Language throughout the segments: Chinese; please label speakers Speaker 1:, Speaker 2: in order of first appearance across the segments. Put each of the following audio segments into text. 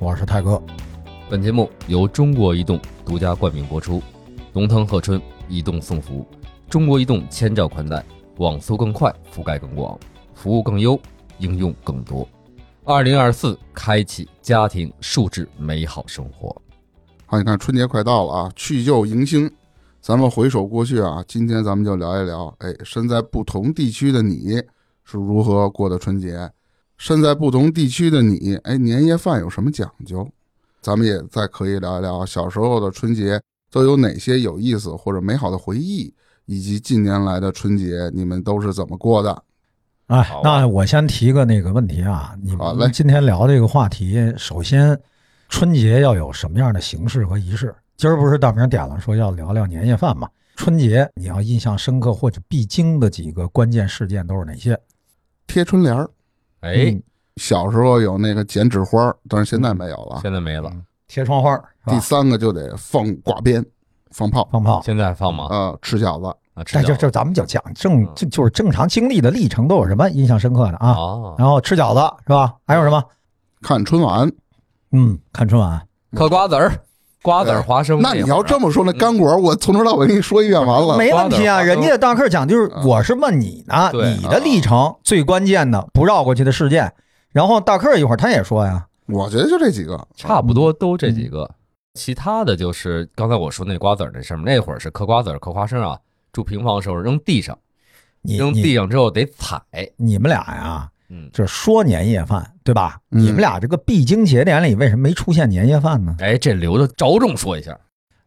Speaker 1: 我是泰哥，
Speaker 2: 本节目由中国移动独家冠名播出，龙腾贺春，移动送福。中国移动千兆宽带，网速更快，覆盖更广，服务更优，应用更多。二零二四，开启家庭数字美好生活。
Speaker 3: 啊好，你看春节快到了啊，去旧迎新，咱们回首过去啊，今天咱们就聊一聊，哎，身在不同地区的你是如何过的春节？身在不同地区的你，哎，年夜饭有什么讲究？咱们也再可以聊一聊小时候的春节都有哪些有意思或者美好的回忆，以及近年来的春节你们都是怎么过的？
Speaker 1: 哎
Speaker 2: 好啊，
Speaker 1: 那我先提个那个问题啊，你
Speaker 3: 好嘞
Speaker 1: 们今天聊这个话题，首先春节要有什么样的形式和仪式？今儿不是大明点了说要聊聊年夜饭嘛？春节你要印象深刻或者必经的几个关键事件都是哪些？
Speaker 3: 贴春联儿，
Speaker 2: 哎，
Speaker 1: 嗯
Speaker 3: 小时候有那个剪纸花儿，但是现在没有
Speaker 1: 啊
Speaker 3: 了。
Speaker 2: 现在没了，
Speaker 1: 贴窗花儿是
Speaker 3: 第
Speaker 1: 吧？
Speaker 3: 三个就得放挂鞭、放炮，
Speaker 1: 放炮。
Speaker 2: 现在还放吗？
Speaker 1: 嗯
Speaker 3: 呃，吃饺子。
Speaker 2: 啊，吃
Speaker 1: 但
Speaker 2: 饺
Speaker 1: 就
Speaker 2: 子
Speaker 1: 就咱们就讲正
Speaker 2: 嗯
Speaker 1: 就就是正常经历的历程都有什么印象深刻的啊？
Speaker 2: 啊，
Speaker 1: 然后吃饺子是吧？还有什么？
Speaker 3: 看春晚，
Speaker 1: 嗯，看春晚。
Speaker 2: 嗑瓜子儿，瓜子儿、啊
Speaker 3: 哎
Speaker 2: 花生。
Speaker 3: 那你要这
Speaker 2: 么
Speaker 3: 么说，那干果我从头到尾给你说一遍完了。
Speaker 1: 没问题啊，
Speaker 2: 瓜子儿
Speaker 1: 人家大客讲就是
Speaker 3: 嗯
Speaker 1: 我是问你呢，
Speaker 2: 对嗯
Speaker 1: 你的历程最关键的不绕过去的事件。然后大客一会儿他也说呀，
Speaker 3: 我觉得就这几个，
Speaker 2: 差不多都这
Speaker 1: 嗯
Speaker 2: 几个，其他的就是刚才我说那瓜子儿那事儿，那会儿是嗑瓜子儿、嗑花生啊。住平房的时候扔地上，
Speaker 1: 你
Speaker 2: 扔
Speaker 1: 你
Speaker 2: 地上之后得踩，
Speaker 1: 你们俩呀，
Speaker 2: 嗯，
Speaker 1: 这说年夜饭对吧？
Speaker 3: 嗯
Speaker 1: 你们俩这个必经节点里为什么没出现年夜饭呢？
Speaker 2: 哎，这留着着重说一下。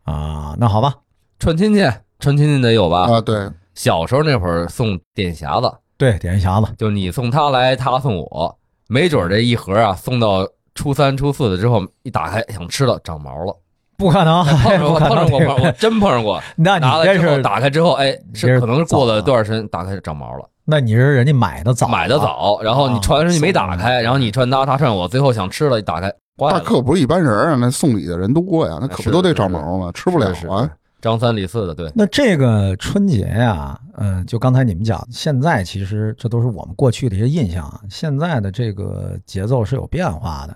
Speaker 1: 啊，那好吧，
Speaker 2: 串亲戚，串亲戚得有吧？
Speaker 3: 啊，对，
Speaker 2: 小时候那会儿送点匣子，
Speaker 1: 对，点一匣子，
Speaker 2: 就你送他来，他送我，没准儿这一盒啊，送到初三、初四的之后，一打开想吃了，长毛了。
Speaker 1: 不可能，
Speaker 2: 碰上过，
Speaker 1: 不
Speaker 2: 碰
Speaker 1: 可
Speaker 2: 上
Speaker 1: 能，
Speaker 2: 过，碰上过，真碰上 过。
Speaker 1: 那
Speaker 2: 拿
Speaker 1: 啊你
Speaker 2: 来
Speaker 1: 这
Speaker 2: 之后
Speaker 1: 是，
Speaker 2: 打开之后，哎，
Speaker 1: 你这
Speaker 2: 是
Speaker 1: 是
Speaker 2: 可能是过了
Speaker 1: 早啊
Speaker 2: 多少时间打开长毛了，
Speaker 1: 那你是人家买的早，
Speaker 2: 买的，早，然后你
Speaker 1: 啊
Speaker 2: 传上去没
Speaker 1: 送
Speaker 2: 打
Speaker 1: 的
Speaker 2: 开，然后你串他，他串我，最后想吃了，一打开坏
Speaker 3: 大
Speaker 2: 了。
Speaker 3: 可不是一般人啊，那送礼的人多呀，那可不都得长毛吗？吃不了
Speaker 2: 是
Speaker 3: 啊。，
Speaker 2: 张三李四的，对，
Speaker 1: 那这个春节呀、嗯、就刚才你们讲，现在其实这都是我们过去的一些印象啊。现在的这个节奏是有变化的，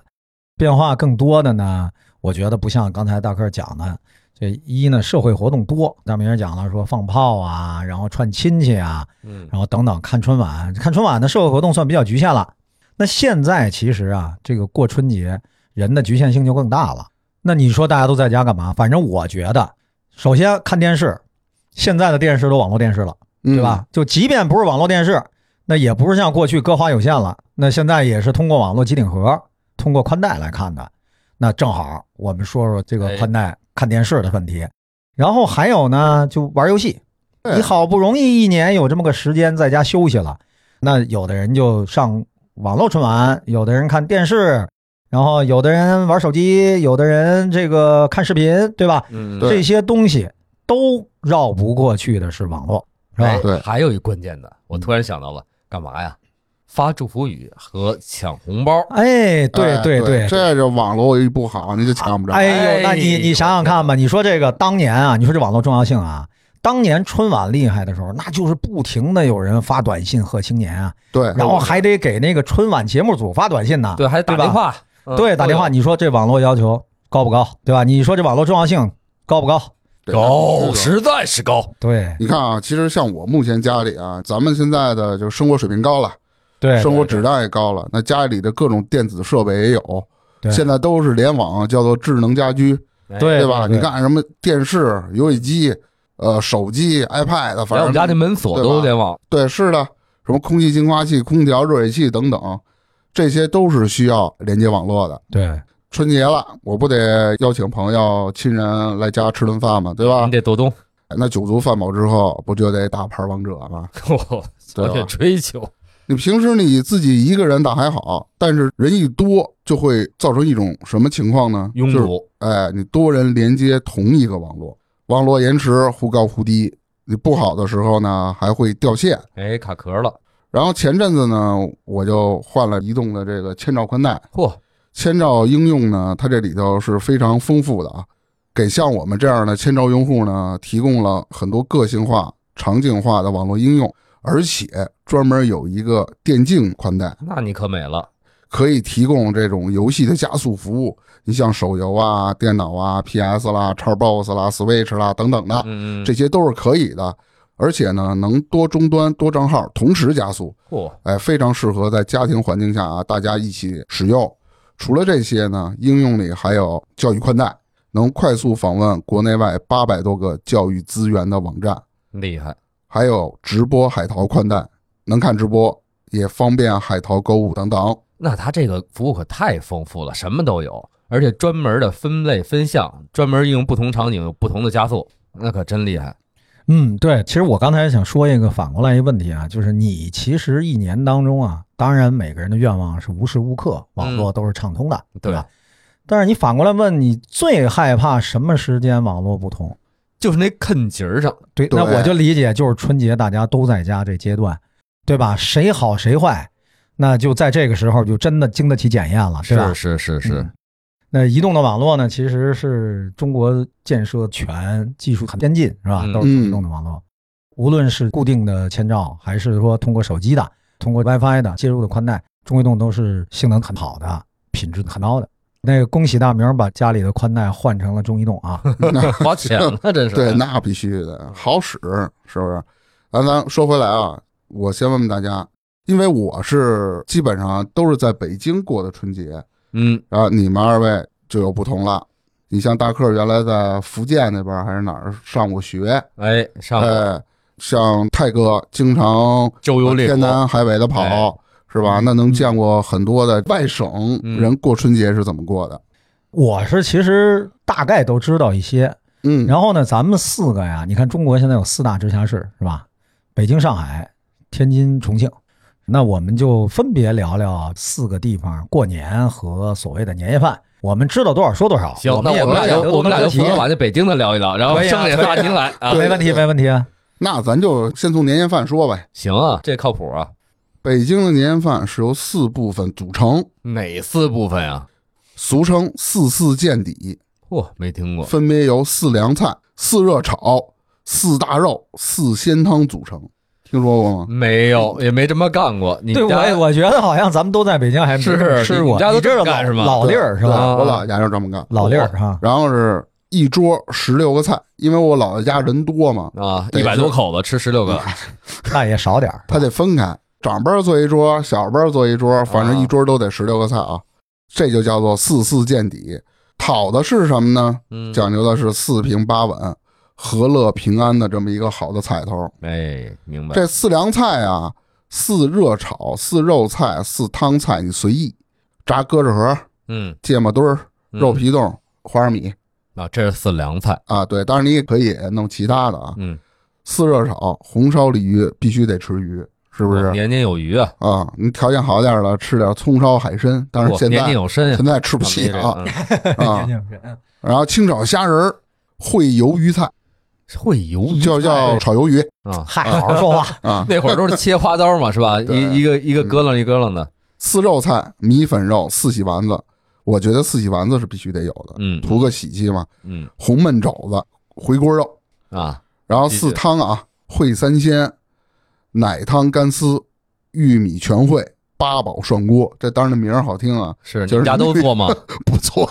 Speaker 1: 变化更多的呢，我觉得不像刚才大个儿讲的，这一呢社会活动多，大明儿讲了说放炮啊，然后串亲戚啊，
Speaker 2: 嗯，
Speaker 1: 然后等等看春晚，看春晚的社会活动算比较局限了。那现在其实啊，这个过春节人的局限性就更大了。那你说大家都在家干嘛？反正我觉得，首先看电视，现在的电视都网络电视了，
Speaker 3: 嗯
Speaker 1: 对吧？？就即便不是网络电视，那也不是像过去歌花有线了，那现在也是通过网络机顶盒，通过宽带来看的。那正好我们说说这
Speaker 3: 哎
Speaker 1: 个宽带看电视的问题，然后还有呢，就玩游戏，
Speaker 3: 对
Speaker 1: 你好不容易一年有这么个时间在家休息了，那有的人就上网络春晚，有的人看电视，然后有的人玩手机，有的人这个看视频，对吧？
Speaker 2: 嗯，
Speaker 3: 对
Speaker 1: 这些东西都绕不过去的是网络，是吧？
Speaker 2: 哎，
Speaker 3: 对
Speaker 2: 还有一关键的，我突然想到了，干嘛呀？发祝福语和抢红包，
Speaker 1: 哎，对
Speaker 3: 哎
Speaker 1: 对
Speaker 3: 对，这就网络一不好，你就抢不着。
Speaker 1: 哎呦，那
Speaker 2: 哎
Speaker 1: 你你想想看吧，你说这个当年啊，你说这网络重要性啊，当年春晚厉害的时候，那就是不停的有人发短信贺青年啊，
Speaker 3: 哎对，
Speaker 1: 然后还得给那个春晚节目组发短信呢，
Speaker 2: 对，还打
Speaker 1: 对吧
Speaker 2: 电话，嗯
Speaker 1: 对，打电话，，你说这网络要求高不高，对吧？你说这网络重要性高不高？
Speaker 3: 对是
Speaker 2: 高，
Speaker 3: 的
Speaker 2: 实在哦是高，
Speaker 1: 对
Speaker 3: 你看啊，其实像我目前家里啊，咱们现在的就是生活水平高了，
Speaker 1: 对
Speaker 3: 生活质量也高了，那家里的各种电子设备也有，
Speaker 1: 对
Speaker 3: 现在都是联网，叫做智能家居，
Speaker 1: 对
Speaker 3: 对吧？你看什么电视、游戏机、呃手机、iPad，
Speaker 2: 反
Speaker 3: 反
Speaker 2: 正我
Speaker 3: 正
Speaker 2: 们家这门锁
Speaker 3: 对吧
Speaker 2: 都联网，
Speaker 3: 对，是的，什么空气净化器、空调、热水器等等，这些都是需要连接网络的。
Speaker 1: 对
Speaker 3: 春节了，我不得邀请朋友、亲人来家吃顿饭吗？对吧
Speaker 2: 你？得多动，
Speaker 3: 那酒足饭饱之后，不就得打牌王者吗？
Speaker 2: 我
Speaker 3: 对吧啊
Speaker 2: 得追求，
Speaker 3: 你平时你自己一个人打还好，但是人一多就会造成一种什么情况呢？
Speaker 2: 拥
Speaker 3: 就是
Speaker 2: 堵，
Speaker 3: 哎，你多人连接同一个网络，网络延迟忽高忽低，你不好的时候呢还会掉线。
Speaker 2: 哎，卡壳了，
Speaker 3: 然后前阵子呢，我就换了移动的这个千兆宽带，
Speaker 2: 嚯，
Speaker 3: 千兆应用呢，它这里头是非常丰富的啊，给像我们这样的千兆用户呢，提供了很多个性化、场景化的网络应用，而且专门有一个电竞宽带，
Speaker 2: 那你可美了，
Speaker 3: 可以提供这种游戏的加速服务。你像手游啊、电脑啊、PS 啦、Xbox 啦、Switch 啦等等的，
Speaker 2: 嗯，嗯
Speaker 3: 这些都是可以的。而且呢，能多终端、多账号同时加速，
Speaker 2: 嚯，
Speaker 3: 哎，非常适合在家庭环境下啊，大家一起使用。除了这些呢，应用里还有教育宽带，能快速访问国内外八百多个教育资源的网站，
Speaker 2: 厉害，
Speaker 3: 还有直播海淘宽带，能看直播，也方便海淘购物等等。
Speaker 2: 那它这个服务可太丰富了，什么都有，而且专门的分类分项，专门应用不同场景有不同的加速，那可真厉害。
Speaker 1: 嗯，对，其实我刚才想说一个反过来一个问题啊，就是你其实一年当中啊，当然每个人的愿望是无时无刻网络都是畅通的，对吧？但是你反过来问，你最害怕什么时间网络不通？
Speaker 2: 就是那坑节儿上，
Speaker 1: 对，
Speaker 3: 对
Speaker 1: 那我就理解就是春节大家都在家这阶段，对吧？谁好谁坏，那就在这个时候就真的经得起检验了，对吧？
Speaker 2: 是是
Speaker 1: 嗯那移动的网络呢，其实是中国建设全技术很先进，是吧
Speaker 2: 嗯？
Speaker 1: 都是移动的网络，无论是固定的千兆，还是说通过手机的、通过 WiFi 的接入的宽带，中移动都是性能很好的，品质很高的。那个恭喜大明儿把家里的宽带换成了中移动啊！
Speaker 2: 嗯 花钱了，真 是。
Speaker 3: 对，那必须的，好使是不是？咱咱说回来啊，我先问问大家，因为我是基本上都是在北京过的春节，
Speaker 2: 嗯，
Speaker 3: 然后你们二位就有不同了。你像大克原来在福建那边还是哪儿上过学，
Speaker 2: 哎，上午
Speaker 3: 哎，像泰哥经常
Speaker 2: 周游列
Speaker 3: 天
Speaker 2: 国，
Speaker 3: 南海北的
Speaker 2: 哎
Speaker 3: 跑，是吧？
Speaker 1: 嗯
Speaker 3: 那能见过很多的外省
Speaker 2: 嗯
Speaker 3: 人过春节是怎么过的。
Speaker 1: 我是其实大概都知道一些，
Speaker 3: 嗯，
Speaker 1: 然后呢，咱们四个呀，你看中国现在有四大直辖市是吧？北京、上海、天津、重庆。那我们就分别聊聊四个地方过年和所谓的年夜饭。我们知道多少说多少。
Speaker 2: 行，那
Speaker 1: 们也
Speaker 2: 我
Speaker 1: 不
Speaker 2: 们俩
Speaker 1: 要
Speaker 2: 就我们俩就
Speaker 1: 不
Speaker 2: 负责
Speaker 1: 要
Speaker 2: 把那北京的聊一聊，然后
Speaker 1: 可以啊
Speaker 2: 剩下仨您来啊。
Speaker 1: 没问题，没问题。
Speaker 3: 那咱就先从年夜饭说呗。
Speaker 2: 行啊，这靠谱啊。
Speaker 3: 北京的年夜饭是由四部分组成，
Speaker 2: 哪四部分啊？
Speaker 3: 俗称“四四见底
Speaker 2: 嚯，没听”，
Speaker 1: 哦
Speaker 2: 过。
Speaker 3: 分别由四凉菜、四热炒、四大肉、四鲜汤组成。听说过
Speaker 1: 嗯
Speaker 3: 吗？
Speaker 2: 没有，也没这么干过。你
Speaker 1: 对，
Speaker 2: 们
Speaker 1: 我也
Speaker 2: 家
Speaker 1: 我觉得好像咱们都在北京还没
Speaker 2: 是
Speaker 1: 吃
Speaker 2: 你
Speaker 1: 过
Speaker 2: 们，家都
Speaker 1: 你知道
Speaker 2: 这么干
Speaker 1: 老
Speaker 2: 是吗
Speaker 1: 老粒儿是吧？
Speaker 3: 对我姥爷家就这么干。
Speaker 1: 老粒儿哈。
Speaker 3: 然后是一桌十六个菜，因为我姥姥家人多嘛，
Speaker 1: 嗯
Speaker 2: 啊，
Speaker 3: 对
Speaker 2: 一百多口子吃十六个，
Speaker 1: 那也少点儿。
Speaker 3: 他得分开，长辈儿坐一桌，小辈儿坐一桌，反正
Speaker 2: 啊
Speaker 3: 一桌都得十六个菜啊，这就叫做四四见底。讨的是什么呢？
Speaker 2: 嗯，
Speaker 3: 讲究的是四平八稳、和乐平安的这么一个好的彩头。
Speaker 2: 哎，明白。
Speaker 3: 这四凉菜啊，四热炒、四肉菜、四汤菜，你随意，炸胳肢盒、
Speaker 2: 嗯，
Speaker 3: 芥末墩儿、
Speaker 2: 嗯
Speaker 3: 肉皮冻、花生米
Speaker 2: 啊，这是四凉菜。
Speaker 3: 啊。对，当然你也可以弄其他的啊。
Speaker 2: 嗯，
Speaker 3: 四热炒、红烧鲤鱼必须得吃鱼，是不是？
Speaker 2: 年年有余啊，
Speaker 3: 啊，你条件好点儿了，吃点葱烧海参，但是
Speaker 2: 嚯
Speaker 3: 现
Speaker 2: 年年
Speaker 3: 在
Speaker 2: 有身呀
Speaker 3: 现。在吃不起
Speaker 2: 啊
Speaker 3: 啊
Speaker 2: 没这个
Speaker 3: 啊。 然后清炒虾仁儿，烩鱿鱼菜，
Speaker 2: 嗯会游鱼
Speaker 3: 就 叫炒鱿鱼
Speaker 2: 啊。
Speaker 1: 嗨，好好说话。
Speaker 3: 啊。
Speaker 2: 那会儿都是切花刀嘛，是吧？
Speaker 3: 对嗯
Speaker 2: 一一个一个咯楞一咯楞的，
Speaker 3: 四肉菜，米粉肉，四喜丸子，我觉得四喜丸子是必须得有的，
Speaker 2: 嗯
Speaker 3: 图个喜气嘛。
Speaker 2: 嗯
Speaker 3: 红焖肘子，回锅肉，
Speaker 2: 啊，
Speaker 3: 然后
Speaker 2: 谢谢
Speaker 3: 四汤啊，烩三鲜，奶汤干丝，玉米全烩，八宝涮锅。这当然这名儿好听啊，
Speaker 2: 是你
Speaker 3: 就是
Speaker 2: 们家都做吗？
Speaker 3: 不错。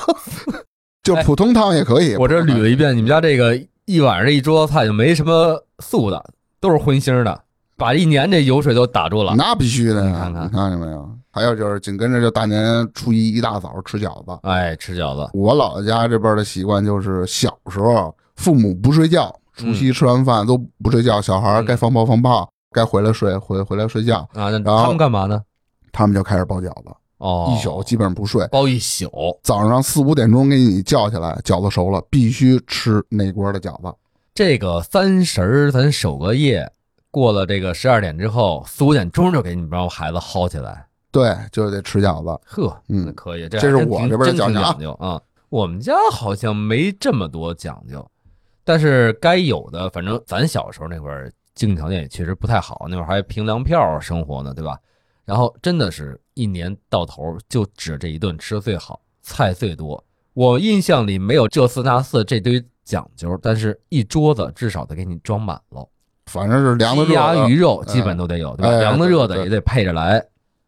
Speaker 3: 就普通汤 也可以，
Speaker 2: 哎我这
Speaker 3: 普通汤
Speaker 2: 捋了一遍，你们家这个一晚上这一桌子菜就没什么素的，都是荤腥的，把一年这油水都打住了。
Speaker 3: 那必须的
Speaker 2: 你
Speaker 3: 呀！
Speaker 2: 看看
Speaker 3: 你看见没有？还有就是紧跟着就大年初一一大早吃饺子。
Speaker 2: 哎，吃饺子，
Speaker 3: 我姥姥家这边的习惯就是小时候啊父母不睡觉，除夕吃完饭都不睡觉，小孩儿
Speaker 2: 嗯
Speaker 3: 该放炮放炮，该回来睡回回来睡觉，
Speaker 2: 啊，那
Speaker 3: 然后
Speaker 2: 他们干嘛呢？
Speaker 3: 他们就开始包饺子，
Speaker 2: 哦，
Speaker 3: 一宿基本上不睡。
Speaker 2: 包一宿，
Speaker 3: 早上四五点钟给你叫起来，饺子熟了，必须吃那锅的饺子。
Speaker 2: 这个三十儿咱守个夜，过了这个十二点之后，四五点钟就给你们让孩子薅起来。
Speaker 3: 对，就得吃饺子。
Speaker 2: 呵，
Speaker 3: 嗯
Speaker 2: 那可以，这
Speaker 3: 这是
Speaker 2: 还真
Speaker 3: 我
Speaker 2: 挺
Speaker 3: 这边的
Speaker 2: 真
Speaker 3: 讲
Speaker 2: 挺
Speaker 3: 究啊
Speaker 2: 讲究啊。我们家好像没这么多讲究，但是该有的，反正咱小时候那会儿经济条件也确实不太好，那会儿还凭粮票生活呢，对吧？然后真的是一年到头就指这一顿吃最好，菜最多。我印象里没有这四那四这堆讲究，但是一桌子至少得给你装满喽。
Speaker 3: 反正是凉的
Speaker 2: 鸡
Speaker 3: 热
Speaker 2: 鸭
Speaker 3: 的
Speaker 2: 鱼，肉基本都得有，对吧？
Speaker 3: 哎
Speaker 2: 凉的热
Speaker 3: 对
Speaker 2: 的
Speaker 3: 对
Speaker 2: 也得配着来。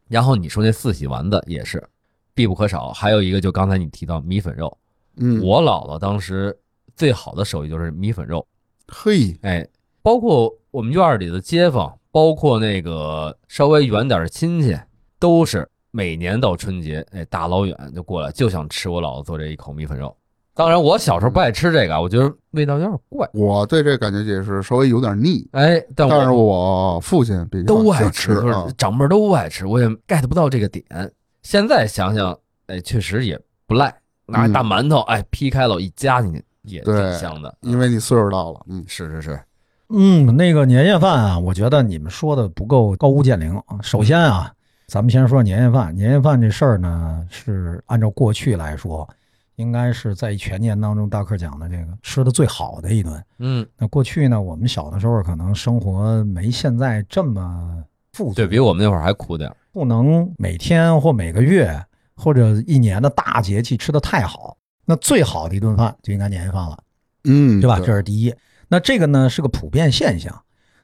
Speaker 2: 然后你说那四喜丸子也是必不可少，还有一个就刚才你提到米粉肉，
Speaker 3: 嗯，
Speaker 2: 我姥姥当时最好的手艺就是米粉肉，
Speaker 3: 嘿，
Speaker 2: 哎，包括我们院儿里的街坊，包括那个稍微远点儿的亲戚，都是每年到春节，哎，大老远就过来，就想吃我姥姥做这一口米粉肉。当然，我小时候不爱吃这个啊，我觉得味道有点怪，
Speaker 3: 我对这感觉也是稍微有点腻，
Speaker 2: 哎，但我
Speaker 3: 但是我父亲比较
Speaker 2: 都爱
Speaker 3: 吃
Speaker 2: 就
Speaker 3: 啊
Speaker 2: 是，长辈都爱吃，我也 get 不到这个点。现在想想，哎，确实也不赖，
Speaker 1: 嗯
Speaker 2: 拿一大馒头，哎，劈开了，一夹进去也挺
Speaker 3: 对
Speaker 2: 香的。
Speaker 3: 因为你岁数到了，嗯，
Speaker 2: 是是是，
Speaker 1: 嗯，那个年夜饭啊，我觉得你们说的不够高屋建瓴啊。首先啊，咱们先说年夜饭。年夜饭这事儿呢，是按照过去来说，应该是在一全年当中大克讲的这个吃的最好的一顿。
Speaker 2: 嗯，
Speaker 1: 那过去呢，我们小的时候可能生活没现在这么富足，
Speaker 2: 对比我们那会儿还苦点儿。
Speaker 1: 不能每天或每个月或者一年的大节气吃的太好。那最好的一顿饭就应该年夜饭了。
Speaker 3: 嗯，
Speaker 1: 对吧？这是第一。那这个呢是个普遍现象。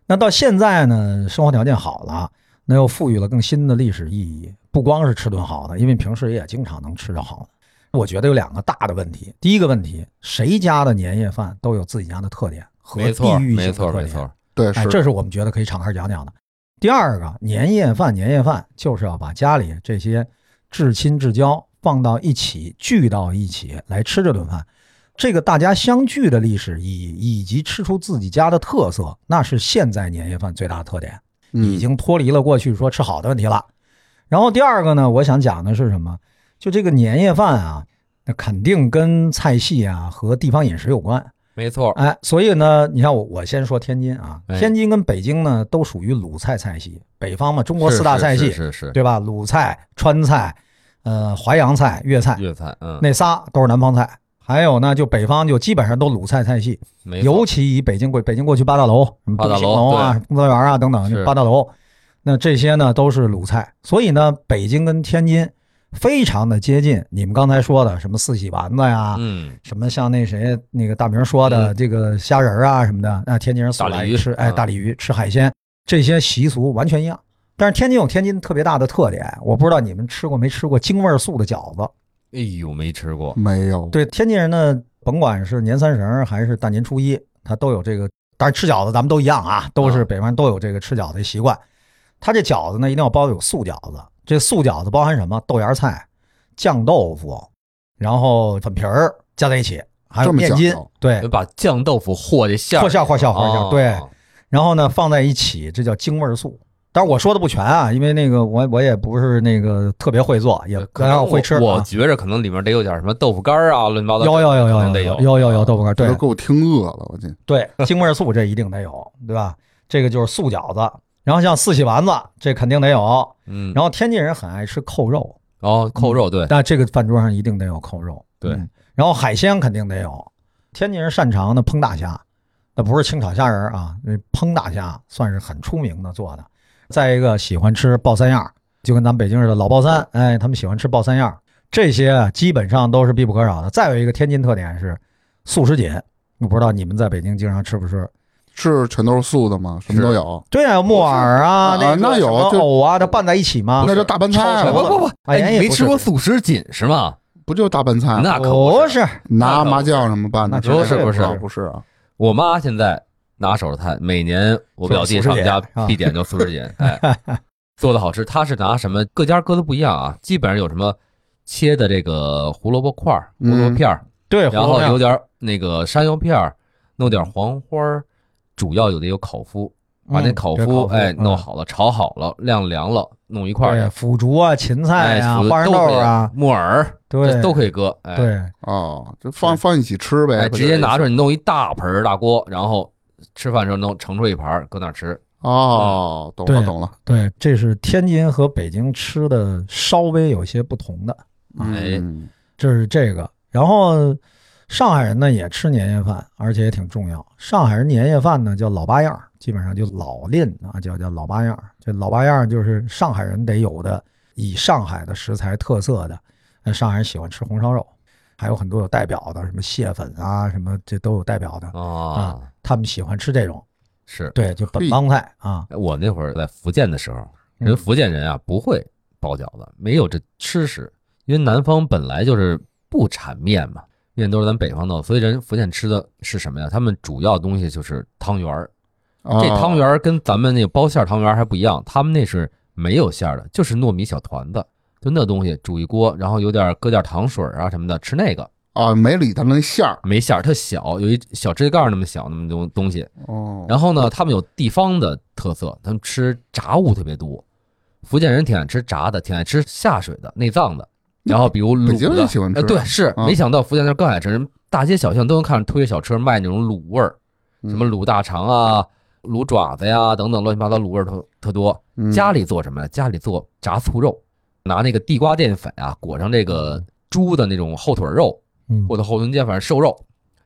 Speaker 1: 那到现在呢，生活条件好了，那又赋予了更新的历史意义。不光是吃顿好的，因为平时也经常能吃着好的。我觉得有两个大的问题。第一个问题，谁家的年夜饭都有自己家的特点和
Speaker 2: 没错，
Speaker 1: 地域性
Speaker 2: 没
Speaker 1: 的
Speaker 2: 错，
Speaker 1: 特
Speaker 2: 没
Speaker 1: 点。
Speaker 2: 错。
Speaker 3: 对
Speaker 1: 哎，
Speaker 3: 是
Speaker 1: 这是我们觉得可以敞开讲讲的。第二个，年夜饭，年夜饭就是要把家里这些至亲至交放到一起，聚到一起来吃这顿饭。这个大家相聚的历史意义，以及吃出自己家的特色，那是现在年夜饭最大的特点。已
Speaker 3: 嗯
Speaker 1: 经脱离了过去说吃好的问题了。然后第二个呢，我想讲的是什么？就这个年夜饭啊，那肯定跟菜系啊和地方饮食有关。
Speaker 2: 没错，
Speaker 1: 哎，所以呢，你看我我先说天津啊，
Speaker 2: 哎
Speaker 1: 天津跟北京呢都属于鲁菜菜系，北方嘛，中国四大菜系，
Speaker 2: 是是是
Speaker 1: 对吧？鲁菜、川菜、呃淮扬菜、粤菜
Speaker 2: 是，粤菜，嗯，
Speaker 1: 那仨都是南方菜。还有呢，就北方就基本上都鲁菜菜系，
Speaker 2: 没错
Speaker 1: 尤其以北京过北京过去八大楼，什么
Speaker 2: 八大
Speaker 1: 东兴
Speaker 2: 楼
Speaker 1: 楼啊、
Speaker 2: 对
Speaker 1: 什么工作园啊等等，
Speaker 2: 是
Speaker 1: 就八大楼，那这些呢都是鲁菜，所以呢，北京跟天津非常的接近。你们刚才说的什么四喜丸子呀，
Speaker 2: 嗯，
Speaker 1: 什么像那谁那个大明说的
Speaker 2: 嗯
Speaker 1: 这个虾仁儿啊什么的，那天津人素
Speaker 2: 大
Speaker 1: 来
Speaker 2: 鲤鱼
Speaker 1: 吃哎
Speaker 2: 啊
Speaker 1: 大鲤鱼吃海鲜，这些习俗完全一样。但是天津有天津特别大的特点，我不知道你们吃过没吃过京味儿素的饺子。
Speaker 2: 哎呦，没吃过，
Speaker 1: 嗯
Speaker 3: 没有，
Speaker 1: 对天津人呢，甭管是年三十儿还是大年初一，他都有这个。当然吃饺子咱们都一样啊，都是
Speaker 2: 啊
Speaker 1: 北方人都有这个吃饺子的习惯。他这饺子呢，一定要包有素饺子。这素饺子包含什么？豆芽菜、酱豆腐，然后粉皮儿加在一起，还有
Speaker 3: 这么
Speaker 1: 面
Speaker 3: 讲
Speaker 1: 筋
Speaker 3: 究。
Speaker 1: 对，
Speaker 2: 把酱豆腐和这馅儿
Speaker 1: 和馅儿和馅儿和馅儿
Speaker 2: 哦
Speaker 1: 对然后呢放在一起，这叫京味儿素。当然我说的不全啊，因为那个我我也不是那个特别会做，也
Speaker 2: 可能
Speaker 1: 然后会吃啊。
Speaker 2: 我觉着可能里面得有点什么豆腐干儿啊，乱七八糟。
Speaker 1: 有有有
Speaker 2: 可
Speaker 1: 有
Speaker 2: 能得
Speaker 1: 有
Speaker 2: 有
Speaker 1: 有有有豆腐干儿，
Speaker 3: 这
Speaker 1: 对
Speaker 3: 都，给我听饿了，我这
Speaker 1: 对，京味儿素这一定得有，对吧？这个就是素饺子，然后像四喜丸子，这肯定得有。
Speaker 2: 嗯，
Speaker 1: 然后天津人很爱吃扣肉，
Speaker 2: 哦，扣肉对，
Speaker 1: 那这个饭桌上一定得有扣肉。
Speaker 2: 对
Speaker 1: 嗯然后海鲜肯定得有。天津人擅长的烹大虾，那不是清炒虾仁儿啊，那烹大虾算是很出名的做的。再一个喜欢吃爆三样儿，就跟咱们北京似的老爆三，哎，他们喜欢吃爆三样儿，这些啊基本上都是必不可少的。再有一个天津特点是素食锦，我不知道你们在北京经常吃不吃？
Speaker 3: 是全都是素的吗？什么都有，
Speaker 1: 对啊，有木耳啊，
Speaker 3: 不是啊
Speaker 1: 那
Speaker 3: 那
Speaker 1: 个
Speaker 3: 有
Speaker 1: 什么
Speaker 3: 就
Speaker 1: 藕啊，它拌在一起吗？
Speaker 3: 那就大拌菜
Speaker 1: 炒熟
Speaker 2: 不
Speaker 3: 了，
Speaker 1: 了
Speaker 2: 不不，
Speaker 1: 哎
Speaker 2: 哎，你
Speaker 1: 也
Speaker 2: 没
Speaker 1: 不
Speaker 2: 吃
Speaker 1: 是
Speaker 2: 过素食锦是吗？
Speaker 3: 不就大拌菜吗？
Speaker 2: 那可
Speaker 1: 不
Speaker 2: 是，
Speaker 1: 是，
Speaker 3: 拿麻酱什么拌的？
Speaker 1: 那
Speaker 2: 不是不是
Speaker 3: 啊不是啊，
Speaker 2: 我妈现在拿手菜，每年我表弟上我们家必点就素食锦，哎，做的好吃。她是拿什么？各家各的不一样啊，基本上有什么切的这个胡萝卜块儿、胡萝卜片儿，
Speaker 1: 对，
Speaker 2: 然
Speaker 1: 嗯胡
Speaker 2: 后
Speaker 1: 萝
Speaker 2: 有
Speaker 1: 卜
Speaker 2: 点那个山药片儿，弄点黄花儿，主要有的有烤麸，把那
Speaker 1: 嗯
Speaker 2: 烤
Speaker 1: 对
Speaker 2: 麸哎
Speaker 1: 嗯
Speaker 2: 弄好了，炒好了，晾凉了，弄一块儿
Speaker 1: 对
Speaker 2: 去。
Speaker 1: 腐竹啊、芹菜
Speaker 2: 哎，
Speaker 1: 啊、
Speaker 2: 腐
Speaker 1: 花生
Speaker 2: 都
Speaker 1: 豆
Speaker 2: 可以
Speaker 1: 啊，
Speaker 2: 木耳，
Speaker 1: 对，
Speaker 2: 这都可以搁，哎，
Speaker 1: 对，
Speaker 3: 哦，就放放一起吃呗，
Speaker 2: 哎，直接拿
Speaker 3: 着
Speaker 2: 出来，你弄一大盆儿大锅，然后吃饭时候弄盛出一盘儿，搁那儿吃，
Speaker 3: 哦，懂了
Speaker 1: 对
Speaker 3: 懂了，
Speaker 1: 对，这是天津和北京吃的稍微有些不同的，
Speaker 2: 哎
Speaker 3: 嗯，
Speaker 1: 这是这个。然后上海人呢也吃年夜饭，而且也挺重要。上海人年夜饭呢叫老八样儿，基本上就老令啊，叫叫老八样儿。这老八样儿就是上海人得有的，以上海的食材特色的。那上海人喜欢吃红烧肉，还有很多有代表的，什么蟹粉啊，什么这都有代表的。
Speaker 2: 啊，
Speaker 1: 他们喜欢吃这种，
Speaker 2: 是哎
Speaker 1: 对，就本帮菜啊。
Speaker 2: 我那会儿在福建的时候，
Speaker 1: 嗯
Speaker 2: 人福建人啊不会包饺子，没有这吃食，因为南方本来就是不产面嘛，面都是咱北方的，所以人福建吃的是什么呀？他们主要东西就是汤圆儿。
Speaker 3: 哦
Speaker 2: 这汤圆儿跟咱们那个包馅儿汤圆儿还不一样，他们那是没有馅儿的，就是糯米小团子，就那东西煮一锅，然后有点搁点糖水儿啊什么的，吃那个
Speaker 3: 啊，没理他那馅儿
Speaker 2: 没馅儿，特小，有一小指甲盖儿那么小那么东东西。
Speaker 3: 哦，
Speaker 2: 然后呢，他们有地方的特色，他们吃炸物特别多。福建人挺爱吃炸的，挺爱吃下水的、内脏的。然后比如卤的，
Speaker 3: 北京人喜欢吃
Speaker 2: 哎对，是、
Speaker 3: 啊
Speaker 2: 没想到福建那儿更爱吃，人大街小巷都能看着推着小车卖那种卤味儿，
Speaker 3: 嗯
Speaker 2: 什么卤大肠啊、卤爪子呀等等乱七八糟卤味儿特特多。
Speaker 3: 嗯
Speaker 2: 家里做什么呀？家里做炸醋肉，拿那个地瓜淀粉啊裹上这个猪的那种后腿肉，
Speaker 1: 嗯，
Speaker 2: 或者后臀尖，反正瘦肉。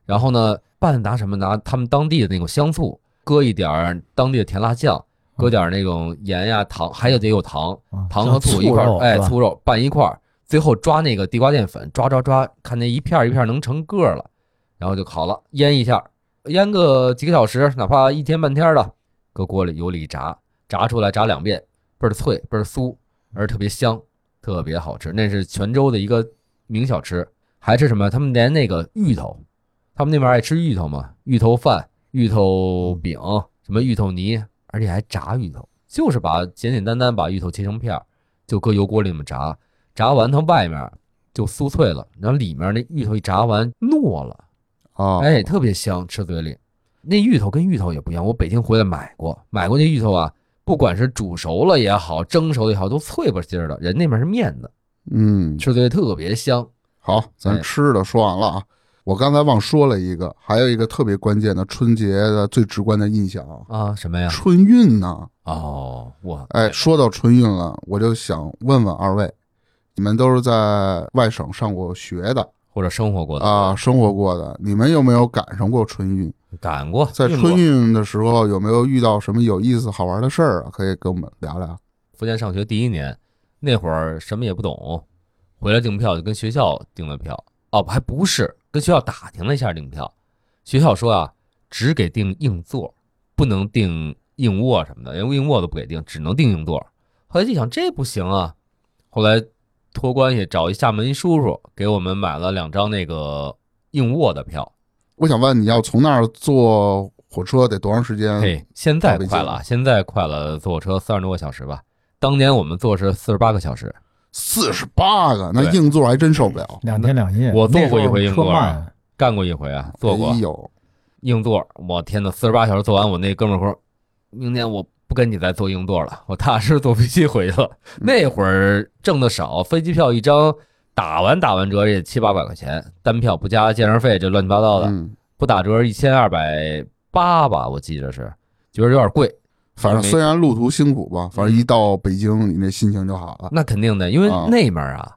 Speaker 2: 然后呢，拌拿什么？拿他们当地的那种香醋，搁一点儿当地的甜辣酱，搁点儿那种盐呀、糖，还有得有糖，
Speaker 1: 啊
Speaker 2: 糖和醋一块
Speaker 1: 肉
Speaker 2: 儿，哎，
Speaker 1: 是吧
Speaker 2: 醋肉拌一块儿，最后抓那个地瓜淀粉，抓抓抓，看那一片儿一片儿能成个儿了，然后就烤了，腌一下，腌个几个小时，哪怕一天半天儿的，搁锅里油里一炸，炸出来炸两遍，倍儿脆倍儿酥，而且特别香，特别好吃。那是泉州的一个名小吃，还吃什么？他们连那个芋头，他们那边爱吃芋头嘛，芋头饭、芋头饼、什么芋头泥，而且还炸芋头，就是把简简单单把芋头切成片儿，就搁油锅里面炸，炸完它外面就酥脆了，然后里面那芋头一炸完糯了，
Speaker 3: 啊，
Speaker 2: 哎，特别香，吃嘴里。那芋头跟芋头也不一样，我北京回来买过，买过那芋头啊，不管是煮熟了也好，蒸熟了也好，都脆吧唧儿的。人那边是面的，
Speaker 3: 嗯，
Speaker 2: 吃嘴里特别香。
Speaker 3: 好，咱
Speaker 2: 哎
Speaker 3: 吃的说完了啊。我刚才忘说了一个，还有一个特别关键的春节的最直观的印象啊，
Speaker 2: 啊，什么呀？
Speaker 3: 春运呢、
Speaker 2: 哦，我
Speaker 3: 哎，说到春运了，我就想问问二位，你们都是在外省上过学的
Speaker 2: 或者生活过的
Speaker 3: 啊，，生活过的，你们有没有赶上过春运？
Speaker 2: 赶过
Speaker 3: 在
Speaker 2: 运过
Speaker 3: 春运的时候，有没有遇到什么有意思、好玩的事儿啊？可以跟我们聊聊。
Speaker 2: 福建上学第一年，那会儿什么也不懂，回来订票就跟学校订的票。哦，还不是跟学校打听了一下订票，学校说啊，只给订硬座，不能订硬卧什么的，连硬卧都不给订，只能订硬座。后来一想这不行啊，后来托关系找一厦门一叔叔给我们买了两张那个硬卧的票。
Speaker 3: 我想问，你要从那儿坐火车得多长时间？
Speaker 2: 嘿，现在
Speaker 3: 到北
Speaker 2: 快
Speaker 3: 京
Speaker 2: 了啊，现在快了，坐火车三十多个小时吧。当年我们坐是四十八个小时，
Speaker 3: 四十八个，那
Speaker 2: 对
Speaker 3: 硬座还真受不了。
Speaker 1: 两天两夜，
Speaker 2: 我坐
Speaker 1: 那时候
Speaker 2: 过一回英国
Speaker 1: 车
Speaker 2: 啊
Speaker 1: 慢
Speaker 2: 干过一回啊，坐过
Speaker 3: 哎呦，
Speaker 2: 硬座，我天呐，四十八小时坐完，我那哥们儿说，明年我不跟你再坐硬座了，我踏实坐飞机回去了。 那会儿挣的少，飞机票一张打完打完折也七八百块钱，单票不加建设费，这乱七八糟的，
Speaker 3: 嗯，
Speaker 2: 不打折一千二百八吧，我记着是，觉得有点贵，
Speaker 3: 反正
Speaker 2: 没嗯
Speaker 3: 虽然路途辛苦吧，反正一到北京，你那心情就好了。
Speaker 2: 那肯定的，因为
Speaker 3: 啊
Speaker 2: 那面儿啊，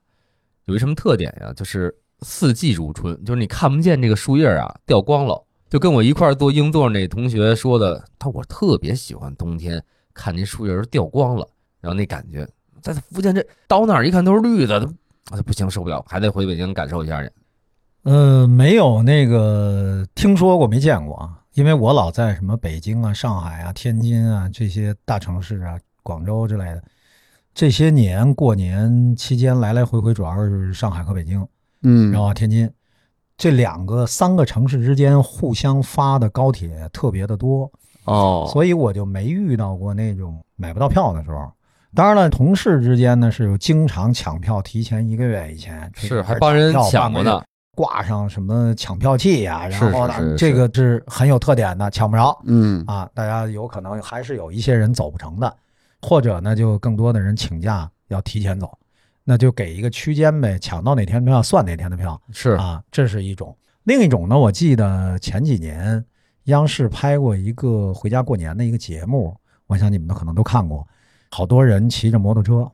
Speaker 2: 有一什么特点呀、就是四季如春，就是你看不见这个树叶儿啊掉光了。就跟我一块儿坐硬座那同学说的，他说我特别喜欢冬天看那树叶儿掉光了，然后那感觉，在福建这到哪儿一看都是绿的，他啊不行受不了，还得回北京感受一下去。
Speaker 1: 呃，没有那个听说过，没见过啊。因为我老在什么北京啊、上海啊、天津啊这些大城市啊、广州之类的，这些年过年期间来来回回，主要是上海和北京，
Speaker 3: 嗯，
Speaker 1: 然后天津这两个三个城市之间互相发的高铁特别的多，
Speaker 3: 哦，
Speaker 1: 所以我就没遇到过那种买不到票的时候。当然了，同事之间呢是有经常抢票，提前一个月以前
Speaker 2: 是还帮人抢过
Speaker 1: 呢。
Speaker 2: 呢，
Speaker 1: 挂上什么抢票器呀、
Speaker 2: 是
Speaker 1: 然后呢，
Speaker 2: 是是是
Speaker 1: 这个是很有特点的，抢不着
Speaker 3: 嗯
Speaker 1: 啊。大家有可能还是有一些人走不成的，或者呢，就更多的人请假要提前走，那就给一个区间呗，抢到哪天的票算哪天的票
Speaker 2: 是
Speaker 1: 啊，这是一种。另一种呢，我记得前几年央视拍过一个回家过年的一个节目，我想你们都可能都看过，好多人骑着摩托车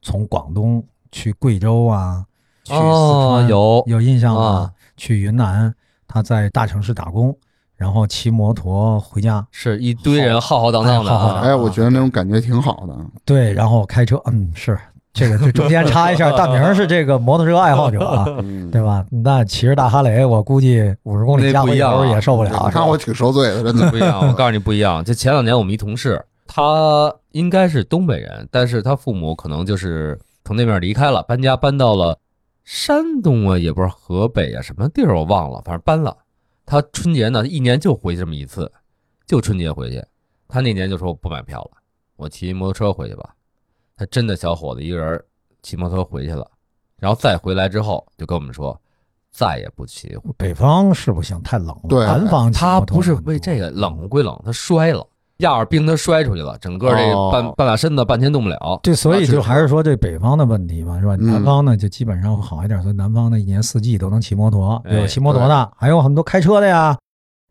Speaker 1: 从广东去贵州啊，去四川，
Speaker 2: 哦有
Speaker 1: 有印象
Speaker 2: 啊
Speaker 1: 吗？去云南，他在大城市打工，然后骑摩托回家，
Speaker 2: 是一堆人浩浩荡荡的
Speaker 1: 浩浩荡
Speaker 2: 啊
Speaker 1: 荡
Speaker 3: 哎，我觉得那种感觉挺好的。
Speaker 1: 对，然后开车，嗯，是这个，这中间插 一下，大明儿是这个摩托车爱好者啊，
Speaker 3: 嗯，
Speaker 1: 对吧？那骑着大哈雷，我估计五十公里
Speaker 2: 那
Speaker 1: 加
Speaker 2: 不
Speaker 1: 回
Speaker 2: 一样
Speaker 1: 头
Speaker 2: 啊
Speaker 1: 也受不了。
Speaker 3: 你
Speaker 1: 是吧
Speaker 3: 看我挺受罪的，真的。
Speaker 2: 不一样。我告诉你不一样，就前两年我们一同事，他应该是东北人，但是他父母可能就是从那边离开了，搬家搬到了山东啊，也不是河北啊，什么地儿我忘了，反正搬了。他春节呢，一年就回去这么一次，就春节回去。他那年就说我不买票了，我骑摩托车回去吧。他真的小伙子一个人骑摩托车回去了，然后再回来之后就跟我们说，再也不骑
Speaker 1: 北方是不行，太冷了。
Speaker 3: 对
Speaker 1: 南方骑
Speaker 2: 他
Speaker 1: 摩托
Speaker 2: 不是
Speaker 1: 很
Speaker 2: 为
Speaker 1: 多
Speaker 2: 这个冷归冷，他摔了，压耳冰他摔出去了，整个这
Speaker 3: 哦
Speaker 2: 半、半拉身子半天动不 了。
Speaker 1: 对，所
Speaker 3: 那
Speaker 1: 以
Speaker 3: 确
Speaker 1: 就
Speaker 3: 实
Speaker 1: 还是说这北方的问题嘛，是吧？
Speaker 3: 嗯
Speaker 1: 南方呢就基本上会好一点，所以南方呢一年四季都能骑摩托，
Speaker 2: 哎
Speaker 1: 有骑摩托的，还有很多开车的呀。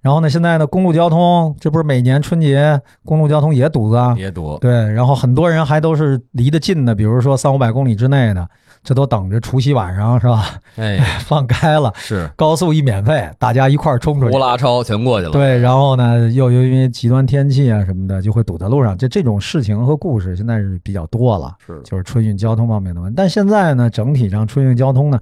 Speaker 1: 然后呢，现在呢公路交通，这不是每年春节公路交通也堵着，
Speaker 2: 别多，
Speaker 1: 对，然后很多人还都是离得近的，比如说三五百公里之内的，这都等着除夕晚上是吧？
Speaker 2: 哎，
Speaker 1: 放开了，
Speaker 2: 是
Speaker 1: 高速一免费，大家一块儿冲出去
Speaker 2: 呼。啦超全过去了。，
Speaker 1: 对，然后呢，又由于极端天气啊什么的，就会堵在路上。这这种事情和故事现在是比较多了，
Speaker 3: 是的，
Speaker 1: 就是春运交通方面的问题。但现在呢，整体上春运交通呢，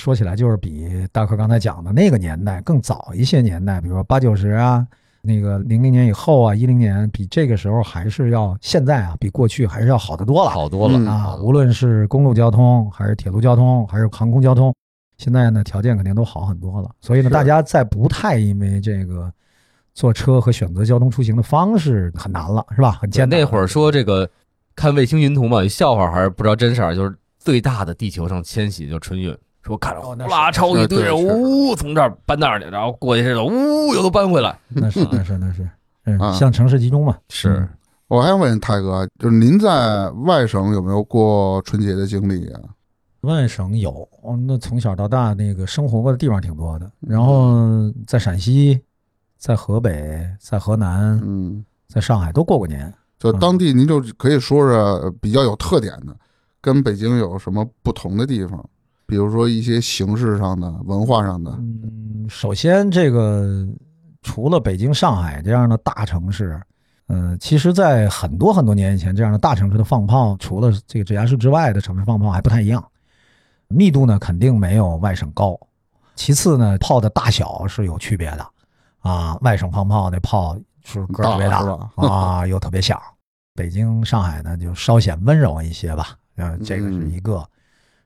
Speaker 1: 说起来就是比大克刚才讲的那个年代更早一些年代，比如说八九十啊，那个零零年以后啊，一零年，比这个时候还是要现在啊，比过去还是要好得多了。
Speaker 2: 好多了、
Speaker 3: 嗯
Speaker 1: 啊，无论是公路交通，还是铁路交通，还是航空交通，现在呢条件肯定都好很多了。所以
Speaker 3: 是
Speaker 1: 呢，大家再不太因为这个坐车和选择交通出行的方式很难了，是吧？很
Speaker 2: 姐
Speaker 1: 艰难。
Speaker 2: 那会儿说这个看卫星云图嘛，有笑话还是不知道真事儿，就是最大的地球上迁徙就是春运。说看着呼
Speaker 1: 哦那是
Speaker 2: 啦超一堆人，
Speaker 3: 是是
Speaker 2: 呜、从这儿搬那儿去，然后过去这个，呜又都搬回来。
Speaker 1: 那是那是那是，
Speaker 3: 啊
Speaker 1: 嗯，向城市集中嘛。嗯
Speaker 2: 是
Speaker 3: 我还想问泰哥，就是您在外省有没有过春节的经历啊？
Speaker 1: 外省有，哦那从小到大那个生活过的地方挺多的。然后在陕西，在河北，在河南，
Speaker 3: 嗯，
Speaker 1: 在上海都过过年。
Speaker 3: 就当地您就可以说说呃比较有特点的，跟北京有什么不同的地方？比如说一些形式上的、文化上的，
Speaker 1: 嗯，首先这个除了北京、上海这样的大城市，呃，其实，在很多很多年以前，这样的大城市的放炮，除了这个直辖市之外的城市放炮还不太一样，密度呢肯定没有外省高。其次呢，炮的大小是有区别的，啊，外省放炮那炮是个儿特别
Speaker 3: 大
Speaker 1: 大
Speaker 3: 是吧
Speaker 1: 啊，又特别响。北京、上海呢就稍显温柔一些吧，呃，这个
Speaker 3: 嗯
Speaker 1: 是一个。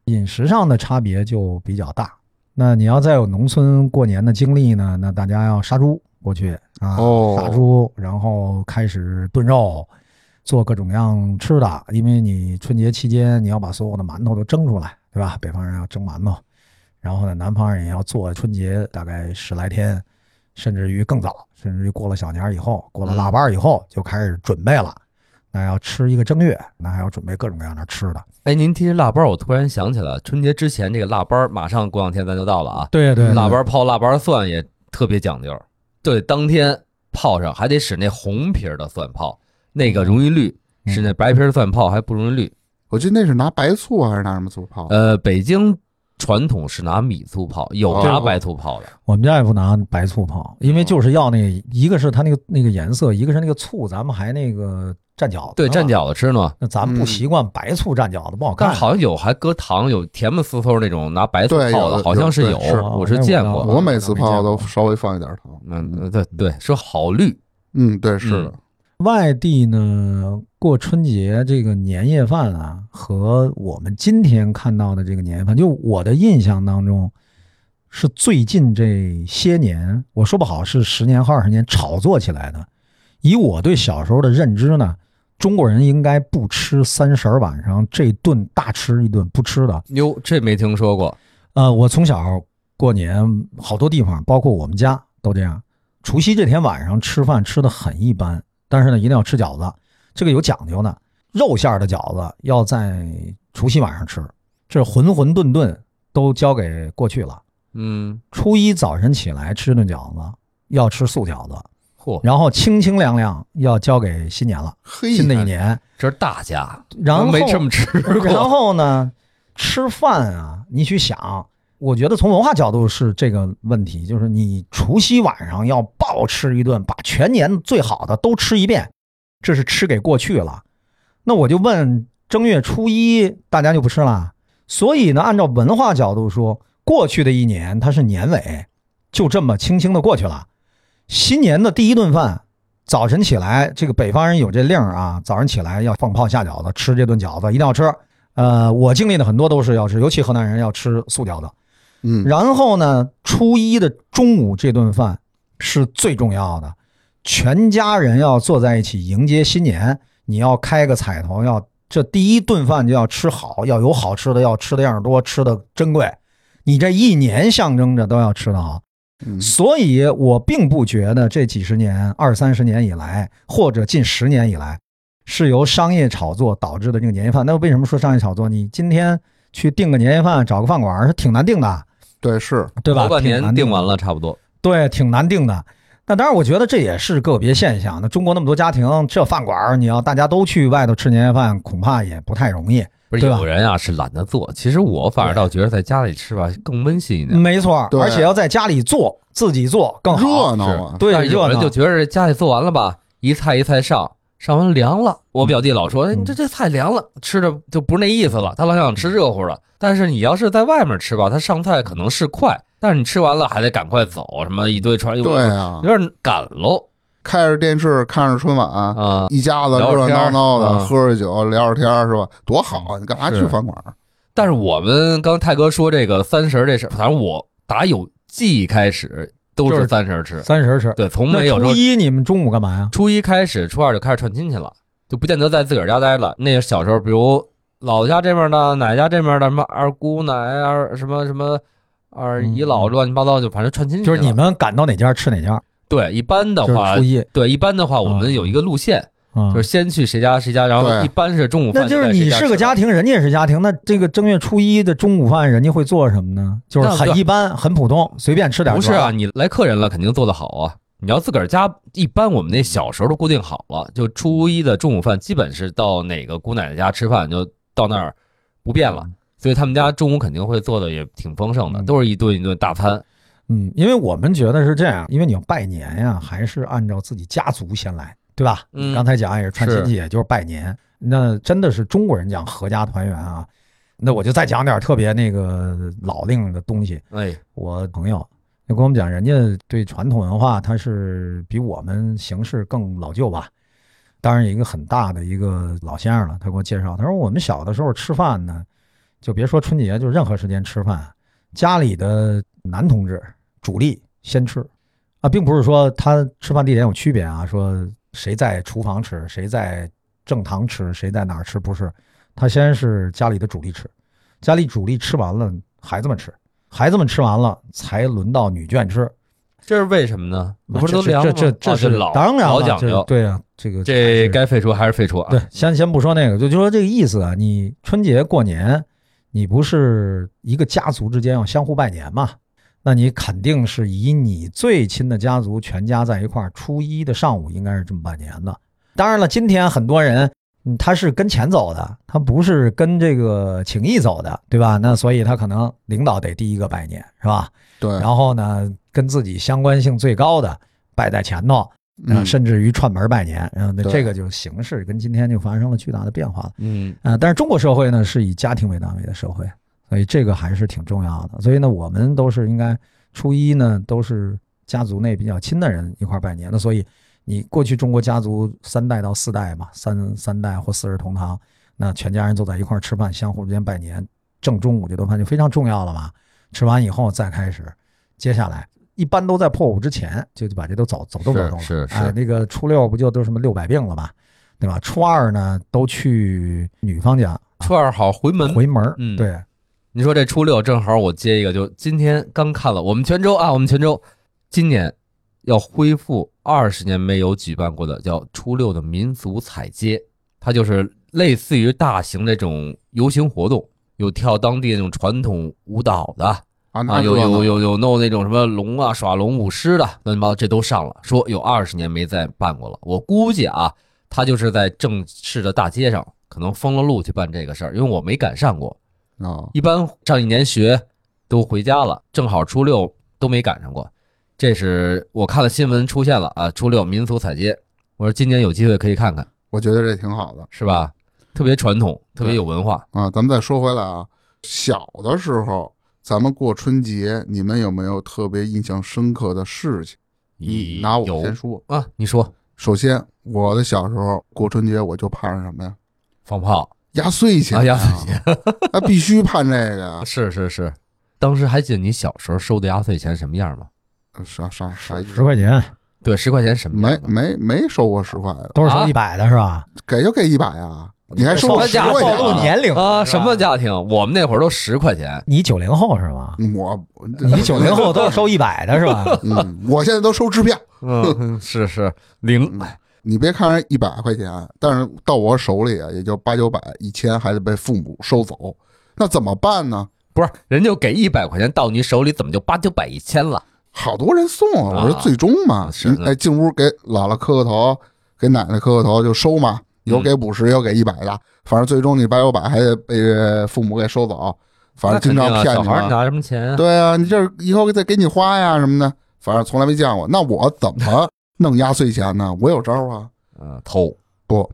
Speaker 1: 饮食上的差别就比较大。那你要再有农村过年的经历呢，那大家要杀猪过去啊，
Speaker 3: 哦
Speaker 1: 杀猪，然后开始炖肉，做各种各样吃的，因为你春节期间你要把所有的馒头都蒸出来，对吧？北方人要蒸馒头，然后呢，南方人也要做春节大概十来天，甚至于更早，甚至于过了小年儿以后，过了腊八儿以后就开始准备了。那要吃一个正月，那还要准备各种各样的吃的。
Speaker 2: 哎，您提这腊八儿，我突然想起来，春节之前这个腊八儿马上过两天咱就到了啊。
Speaker 1: 对对
Speaker 2: 腊八泡腊八蒜也特别讲究，对，当天泡上还得使那红皮儿的蒜泡，那个容易绿，
Speaker 1: 嗯
Speaker 2: 使那白皮儿的蒜泡还不容易绿。
Speaker 3: 我记得那是拿白醋还是拿什么醋泡？
Speaker 2: 呃，北京传统是拿米醋泡，有
Speaker 3: 哦
Speaker 2: 拿白醋泡的，
Speaker 1: 我们家也不拿白醋泡，因为
Speaker 2: 哦
Speaker 1: 就是要那个一个是它那个那个颜色，一个是那个醋，咱们还那个蘸饺子。
Speaker 2: 对，蘸。饺子吃呢。
Speaker 1: 那咱们不习惯白醋蘸饺子，不好
Speaker 2: 但
Speaker 1: 看。
Speaker 2: 是好像有还搁糖，有甜不呲嗖那种拿白醋
Speaker 3: 对
Speaker 2: 泡
Speaker 3: 有
Speaker 2: 的，
Speaker 3: 的
Speaker 2: 好像是
Speaker 3: 有
Speaker 2: 有
Speaker 3: 对是，
Speaker 2: 我
Speaker 1: 哦
Speaker 2: 是
Speaker 1: 那我
Speaker 2: 见
Speaker 1: 倒
Speaker 2: 过的。
Speaker 1: 不知道
Speaker 3: 我每次泡都
Speaker 1: 没见过
Speaker 3: 稍微放一点糖。
Speaker 2: 嗯，对对，说好绿，
Speaker 3: 嗯，对，是的，
Speaker 1: 外地呢过春节这个年夜饭啊，和我们今天看到的这个年夜饭，就我的印象当中，是最近这些年，我说不好是十年和二十年炒作起来的。以我对小时候的认知呢，中国人应该不吃三十儿晚上这顿大吃一顿不吃的。啊
Speaker 2: 哟，这没听说过。
Speaker 1: 呃，我从小过年好多地方，包括我们家都这样。除夕这天晚上吃饭吃的很一般，但是呢，一定要吃饺子，这个有讲究呢。肉馅儿的饺子要在除夕晚上吃，这浑浑沌沌都交给过去了。
Speaker 2: 嗯，
Speaker 1: 初一早晨起来吃顿饺子，要吃素饺子，
Speaker 2: 嚯，
Speaker 1: 然后清清凉凉要交给新年了，
Speaker 3: 嘿，
Speaker 1: 新的一年。
Speaker 2: 这是大家，
Speaker 1: 然后
Speaker 2: 啊没这么吃
Speaker 1: 然
Speaker 2: 过。
Speaker 1: 后呢，吃饭啊，你去想，我觉得从文化角度是这个问题，就是你除夕晚上要暴吃一顿，把全年最好的都吃一遍，这是吃给过去了。那我就问，正月初一大家就不吃了？所以呢，按照文化角度说，过去的一年它是年尾，就这么轻轻的过去了。新年的第一顿饭早晨起来，这个北方人有这令儿啊，早上起来要放炮下饺子，吃这顿饺子一定要吃。呃，我经历的很多都是要吃，尤其河南人要吃素饺子。
Speaker 3: 嗯，
Speaker 1: 然后呢，初一的中午这顿饭是最重要的，全家人要坐在一起迎接新年，你要开个彩头，要这第一顿饭就要吃好，要有好吃的，要吃的样儿多，吃的珍贵。你这一年象征着都要吃的好，
Speaker 3: 嗯
Speaker 1: 所以我并不觉得这几十年、二三十年以来，或者近十年以来，是由商业炒作导致的这个年夜饭。那为什么说商业炒作？你今天去订个年夜饭，找个饭馆儿是挺难订的，
Speaker 3: 对，是
Speaker 1: 对吧？
Speaker 2: 头半
Speaker 1: 挺
Speaker 2: 年
Speaker 1: 难
Speaker 2: 定
Speaker 1: 的
Speaker 2: 完了，差不多。
Speaker 1: 对，挺难定的。那当然，我觉得这也是个别现象。那中国那么多家庭，这饭馆儿你要大家都去外头吃年夜饭，恐怕也不太容易。
Speaker 2: 不是
Speaker 1: 对吧
Speaker 2: 有人啊是懒得做，其实我反而倒觉得在家里吃吧
Speaker 1: 嗯
Speaker 2: 更温馨一点。
Speaker 1: 没错儿，
Speaker 3: 对
Speaker 1: 而且要在家里做，自己做更好。
Speaker 3: 热闹
Speaker 2: 是
Speaker 3: 啊，
Speaker 1: 对，
Speaker 2: 但是有
Speaker 1: 热
Speaker 2: 人
Speaker 1: 闹
Speaker 2: 就。觉得家里做完了吧，一菜一菜上，上完凉了。我表弟老说，
Speaker 1: 嗯
Speaker 2: 哎，你这这菜凉了，吃的就不是那意思了。他老想吃热乎的，但是你要是在外面吃吧，他上菜可能是快，但是你吃完了还得赶快走，什么一堆传一
Speaker 3: 对啊
Speaker 2: 有，点赶喽
Speaker 3: 开着电视看着春晚，
Speaker 2: 啊。
Speaker 3: 一家子热热闹闹
Speaker 2: 聊
Speaker 3: 的，
Speaker 2: 会儿天儿嗯
Speaker 3: 喝着酒聊着天儿是吧？多好啊！你干嘛
Speaker 2: 是
Speaker 3: 去饭馆儿？
Speaker 2: 但是我们刚泰哥说这个三十儿这事儿，反正我打有记忆开始都
Speaker 1: 就是是
Speaker 2: 三十儿吃，
Speaker 1: 三十吃，
Speaker 2: 对，从没
Speaker 1: 那
Speaker 2: 有说
Speaker 1: 初一你们中午干嘛呀？
Speaker 2: 初一开始，初二就开始串亲戚了，就不见得在自个儿家待了。那个小时候，比如老家这边的、奶家这边的，什么二姑奶、二什么什么二姨姥，
Speaker 1: 嗯
Speaker 2: 乱七八糟，就反正串亲戚
Speaker 1: 就是你
Speaker 2: 了
Speaker 1: 们赶到哪家吃哪家，
Speaker 2: 对一般嗯的
Speaker 1: 就是
Speaker 2: 话
Speaker 1: 初，一，
Speaker 2: 对一般的话，我们有一个路线，
Speaker 1: 嗯
Speaker 2: 就是先去谁家谁家，然后
Speaker 3: 对
Speaker 2: 一般是中午饭
Speaker 1: 那就是
Speaker 2: 在谁
Speaker 1: 你
Speaker 2: 吃
Speaker 1: 是
Speaker 2: 了
Speaker 1: 个家庭，人家也是家庭，那这个正月初一的中午饭，人家会做什么呢？就是
Speaker 2: 那
Speaker 1: 很
Speaker 2: 对
Speaker 1: 一般，很普通，随便吃点。
Speaker 2: 不是啊，，你来客人了，肯定做得好啊。你要自个儿家，一般我们那小时候都固定好了，就初一的中午饭基本是到哪个姑奶奶家吃饭，就到那儿不变了。所以他们家中午肯定会做的也挺丰盛的，
Speaker 1: 嗯
Speaker 2: 都是一顿一顿大餐。
Speaker 1: 嗯，因为我们觉得是这样，因为你要拜年呀、还是按照自己家族先来，对吧？
Speaker 2: 嗯
Speaker 1: 刚才讲也是串亲
Speaker 2: 是
Speaker 1: 戚，也就是拜年。那真的是中国人讲合家团圆啊。那我就再讲点特别那个老令的东西，
Speaker 2: 哎，
Speaker 1: 我朋友就跟我们讲，人家对传统文化他是比我们形式更老旧吧。当然，一个很大的一个老先生了，他给我介绍，他说我们小的时候吃饭呢，就别说春节，就任何时间吃饭，家里的男同志主力先吃啊，并不是说他吃饭地点有区别啊，说谁在厨房吃，谁在正堂吃，谁在哪儿吃，不是，他先是家里的主力吃，家里主力吃完了，孩子们吃，孩子们吃完了才轮到女眷吃，
Speaker 2: 这是为什么呢？不是都
Speaker 1: 这
Speaker 2: 凉
Speaker 1: 这
Speaker 2: 了
Speaker 1: 这
Speaker 2: 吗哦
Speaker 1: 是
Speaker 2: 老
Speaker 1: 当然
Speaker 2: 老
Speaker 1: 了，
Speaker 2: 讲
Speaker 1: 这
Speaker 2: 究。
Speaker 1: 对啊，这个
Speaker 2: 这
Speaker 1: 还是
Speaker 2: 该废除还是废除啊？
Speaker 1: 对，先先不说那个，就就说这个意思啊。你春节过年，你不是一个家族之间要相互拜年嘛？那你肯定是以你最亲的家族全家在一块儿，初一的上午应该是这么拜年的。当然了，今天很多人。嗯，他是跟钱走的，他不是跟这个情谊走的，对吧？那所以他可能领导得第一个拜年，是吧？
Speaker 3: 对，
Speaker 1: 然后呢，跟自己相关性最高的摆在前头，
Speaker 3: 嗯
Speaker 1: 啊，甚至于串门拜年，然后那
Speaker 3: 对
Speaker 1: 这个就形式跟今天就发生了巨大的变化了
Speaker 2: 嗯，
Speaker 1: 啊、但是中国社会呢是以家庭为单位的社会，所以这个还是挺重要的。所以呢，我们都是应该初一呢都是家族内比较亲的人一块儿拜年。那所以你过去中国家族三代到四代嘛，三三代或四世同堂，那全家人坐在一块儿吃饭，相互之间拜年，正中午这顿饭就非常重要了嘛。吃完以后再开始，接下来一般都在破五之前就就把这都走走动走动了。
Speaker 2: 是是
Speaker 1: 哎，那个初六不就都什么六百病了嘛，对吧？初二呢都去女方家
Speaker 2: 初二好回门。
Speaker 1: 回门儿，
Speaker 2: 嗯
Speaker 1: 对，
Speaker 2: 你说这初六正好，我接一个，就今天刚看了我们泉州啊，我们泉州今年要恢复二十年没有举办过的叫初六的民俗彩街，它就是类似于大型这种游行活动，有跳当地那种传统舞蹈的，
Speaker 3: 啊，
Speaker 2: 啊，
Speaker 3: 那
Speaker 2: 有
Speaker 3: 热闹
Speaker 2: 有有有弄那种什么龙啊、耍龙舞狮的，乱七八糟这都上了。说有二十年没再办过了，我估计啊，他就是在正式的大街上，可能封了路去办这个事儿，因为我没赶上过。
Speaker 3: 啊，
Speaker 2: 一般上一年学都回家了，正好初六都没赶上过。这是我看了新闻出现了啊，初六民俗彩街，我说今年有机会可以看看，
Speaker 3: 我觉得这挺好的
Speaker 2: 是吧？特别传统，特别有文化。
Speaker 3: 啊。咱们再说回来啊，小的时候咱们过春节，你们有没有特别印象深刻的事情？你嗯拿我
Speaker 2: 有
Speaker 3: 先说。
Speaker 2: 啊，你说
Speaker 3: 首先，我的小时候过春节，我就盼着什么呀？
Speaker 2: 放炮
Speaker 3: 压岁钱
Speaker 2: 啊，压岁
Speaker 3: 钱。
Speaker 2: 钱。
Speaker 3: 那必须判这 个，
Speaker 2: 是是是，当时还记得你小时候收的压岁钱什么样吗？
Speaker 3: 啥啥
Speaker 2: 哎
Speaker 3: 啥意
Speaker 1: 十
Speaker 3: 思？
Speaker 1: 块钱
Speaker 2: 对，十块钱什么
Speaker 3: 没
Speaker 2: 样的？
Speaker 3: 没没收过十块的，
Speaker 1: 都是
Speaker 2: 啊
Speaker 1: 收一百的是吧？
Speaker 3: 给就给一百呀，你还收
Speaker 2: 什
Speaker 3: 我
Speaker 2: 么
Speaker 3: 十
Speaker 2: 家
Speaker 3: 块
Speaker 2: 暴
Speaker 3: 钱
Speaker 2: 露
Speaker 3: 啊？
Speaker 1: 年龄
Speaker 2: 啊？
Speaker 1: 是
Speaker 2: 什
Speaker 1: 吧
Speaker 2: 么家庭？我们那会儿都十块 钱，
Speaker 1: 你九零后是吗？
Speaker 3: 嗯我
Speaker 1: 你九零后都是收一百的 是吧？
Speaker 3: 嗯，我现在都收支票。
Speaker 2: 嗯，是是零
Speaker 3: 嗯
Speaker 2: 哎
Speaker 3: 你别看人一百块钱，但是到我手里啊，也就八九百、一千，还得被父母收走，那怎么办呢？
Speaker 2: 不是人就给一百块钱到你手里，怎么就八九百一千了？
Speaker 3: 好多人送啊，
Speaker 2: 啊
Speaker 3: 我说最终嘛，
Speaker 2: 是
Speaker 3: 嗯哎，进屋给姥姥磕个头，给奶奶磕个头就收嘛，有
Speaker 2: 嗯
Speaker 3: 给五十，有给一百的，反正最终你八九百还得被父母给收走，反正经
Speaker 2: 那
Speaker 3: 常骗
Speaker 2: 肯定啊小
Speaker 3: 你
Speaker 2: 孩儿
Speaker 3: 们。
Speaker 2: 拿什么
Speaker 1: 嗯
Speaker 2: 钱啊？
Speaker 3: 对啊，你这以后再给你花呀什么的，反正从来没见过。那我怎 么弄压岁钱呢？我有招啊，
Speaker 2: 嗯，偷。
Speaker 3: 不，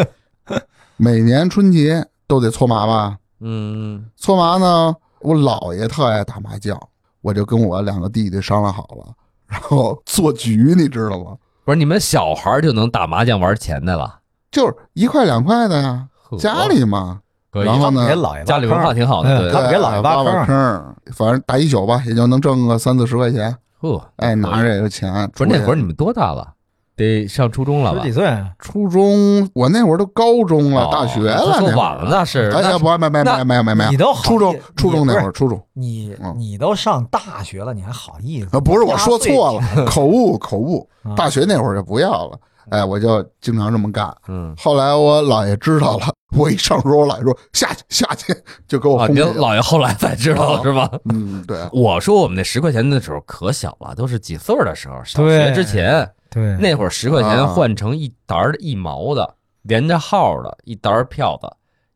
Speaker 3: 每年春节都得搓麻吧。
Speaker 2: 嗯，
Speaker 3: 搓麻呢，我姥爷特爱打麻将，我就跟我两个弟弟商量好了，然后做局，你知道吗？
Speaker 2: 不是你们小孩儿就能打麻将玩钱的了？
Speaker 3: 就是一块两块的呀，
Speaker 2: 呵
Speaker 3: 家里嘛，
Speaker 2: 可以
Speaker 3: 然后呢
Speaker 1: 别老爷挖
Speaker 2: 家里文
Speaker 1: 坑
Speaker 2: 化挺好的，
Speaker 1: 嗯
Speaker 2: 对
Speaker 1: 他
Speaker 3: 对
Speaker 1: 别老是挖
Speaker 3: 挖
Speaker 1: 坑
Speaker 3: 挖坑，反正打一宿吧，也就能挣个三四十块钱。
Speaker 2: 呵，
Speaker 3: 哎，拿
Speaker 2: 着。
Speaker 3: 这个钱，
Speaker 2: 不是那会儿
Speaker 3: 出去
Speaker 2: 你们多大了？得上初中了吧
Speaker 1: 十几？岁，
Speaker 3: 初中，我那会儿都高中了，
Speaker 2: 哦
Speaker 3: 大学
Speaker 2: 那
Speaker 3: 了，
Speaker 2: 说
Speaker 3: 那会
Speaker 2: 晚
Speaker 3: 儿
Speaker 2: 了，那是。
Speaker 3: 哎呀，
Speaker 2: 那
Speaker 3: 不，没没没没没没
Speaker 1: 你
Speaker 3: 有，
Speaker 1: 都好
Speaker 3: 初中
Speaker 1: 意
Speaker 3: 初中那会，
Speaker 1: 你
Speaker 3: 儿，初中
Speaker 1: 你不是
Speaker 3: 嗯
Speaker 1: 你你都上大学了，你还好意思
Speaker 3: 啊，？不是我说错了， 口误口误，
Speaker 1: 啊
Speaker 3: 大学那会儿就不要了，哎，我就经常这么干。
Speaker 2: 嗯，
Speaker 3: 后来我姥爷知道了， 我一上桌，我姥爷说下去下去，就给我
Speaker 2: 啊，
Speaker 3: 轰
Speaker 2: 您
Speaker 3: 下去了。
Speaker 2: 姥爷后来才知道
Speaker 3: 啊
Speaker 2: 是吧？
Speaker 3: 嗯，对，
Speaker 2: 我说我们那十块钱的时候可小了，都是几岁儿的时候，小学
Speaker 1: 对
Speaker 2: 之前
Speaker 1: 对，
Speaker 2: 那会儿十块
Speaker 3: 啊
Speaker 2: 钱换成一沓儿一毛的，连着号的一沓儿票子，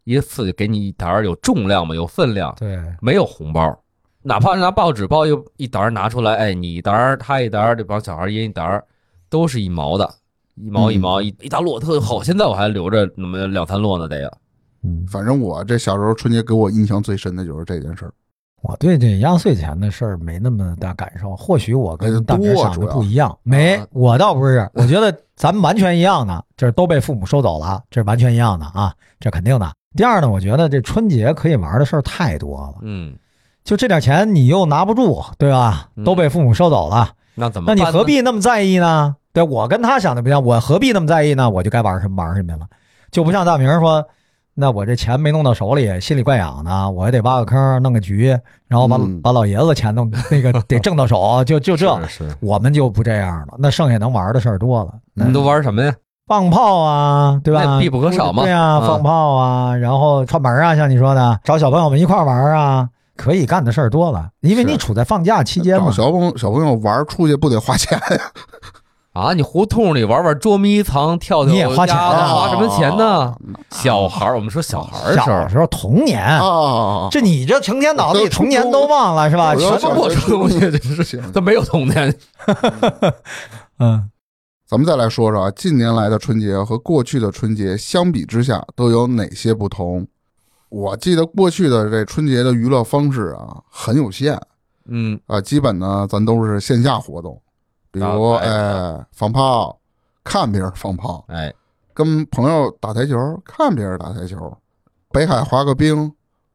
Speaker 2: 一次就给你一沓儿有重量嘛，有分量，
Speaker 1: 对
Speaker 2: 没有红包，哪怕拿报纸包又一沓儿拿出来，哎，你一沓儿他一沓儿这帮小孩儿一人一沓儿都是一毛的，一毛一
Speaker 1: 嗯
Speaker 2: 毛一一大摞特好，现在我还留着那么两三摞呢得有。
Speaker 1: 嗯，
Speaker 3: 反正我这小时候春节给我印象最深的就是这件事儿。
Speaker 1: 我对这压岁钱的事儿没那么大感受，或许我
Speaker 3: 哎
Speaker 1: 跟大明
Speaker 3: 多
Speaker 1: 想
Speaker 3: 主
Speaker 1: 的
Speaker 3: 要
Speaker 1: 不一样。没
Speaker 2: 啊，
Speaker 1: 我倒不是， 我觉得咱们完全一样的，这都被父母收走了，这是完全一样的啊，这肯定的。第二呢，我觉得这春节可以玩的事儿太多了，
Speaker 2: 嗯，
Speaker 1: 就这点钱你又拿不住，对吧
Speaker 2: 嗯？
Speaker 1: 都被父母收走了，
Speaker 2: 那怎么
Speaker 1: 那
Speaker 2: 办
Speaker 1: 你
Speaker 2: 呢？
Speaker 1: 何必那么在意呢？对我跟他想的不一样，我何必那么在意呢？我就该玩什么玩什么去了，就不像大明说，那我这钱没弄到手里，心里怪痒呢，我还得挖个坑，弄个局，然后把、
Speaker 3: 嗯
Speaker 1: 把老爷子钱弄那个得挣到手，就就这，
Speaker 2: 是是
Speaker 1: 我们就不这样了。那剩下能玩的事儿多了，
Speaker 2: 你们都玩什么呀？
Speaker 1: 放炮啊，对吧
Speaker 2: 那？必不可少嘛
Speaker 1: 对啊，
Speaker 2: 嗯
Speaker 1: 放炮啊，然后串门啊，像你说的，找小朋友们一块儿玩啊，可以干的事儿多了，因为
Speaker 3: 是
Speaker 1: 你处在放假期间
Speaker 3: 哎找
Speaker 1: 嘛。
Speaker 3: 小朋友小朋友玩儿出去不得花钱呀？
Speaker 2: 啊，你胡同里玩玩捉迷藏、跳跳
Speaker 1: 你也花钱
Speaker 2: 鸭
Speaker 1: 啊哦
Speaker 2: 子花什么钱呢？
Speaker 3: 啊？
Speaker 2: 小孩儿，我们说小孩儿的时候
Speaker 1: 小，时候童年
Speaker 3: 啊，
Speaker 1: 这你这成天脑子里童年都忘了是吧？
Speaker 3: 我
Speaker 2: 什
Speaker 3: 都
Speaker 2: 么
Speaker 3: 小
Speaker 2: 破
Speaker 3: 学
Speaker 2: 出东西，这是
Speaker 3: 行。
Speaker 2: 他没有童年。
Speaker 1: 嗯，
Speaker 3: 咱们再来说说啊，近年来的春节和过去的春节相比之下都有哪些不同？我记得过去的这春节的娱乐方式啊很有限
Speaker 2: 嗯，
Speaker 3: 啊，基本呢咱都是线下活动，比如
Speaker 2: 打牌
Speaker 3: 哎放炮，看别人放炮，
Speaker 2: 哎，
Speaker 3: 跟朋友打台球，看别人打台球，北海滑个冰，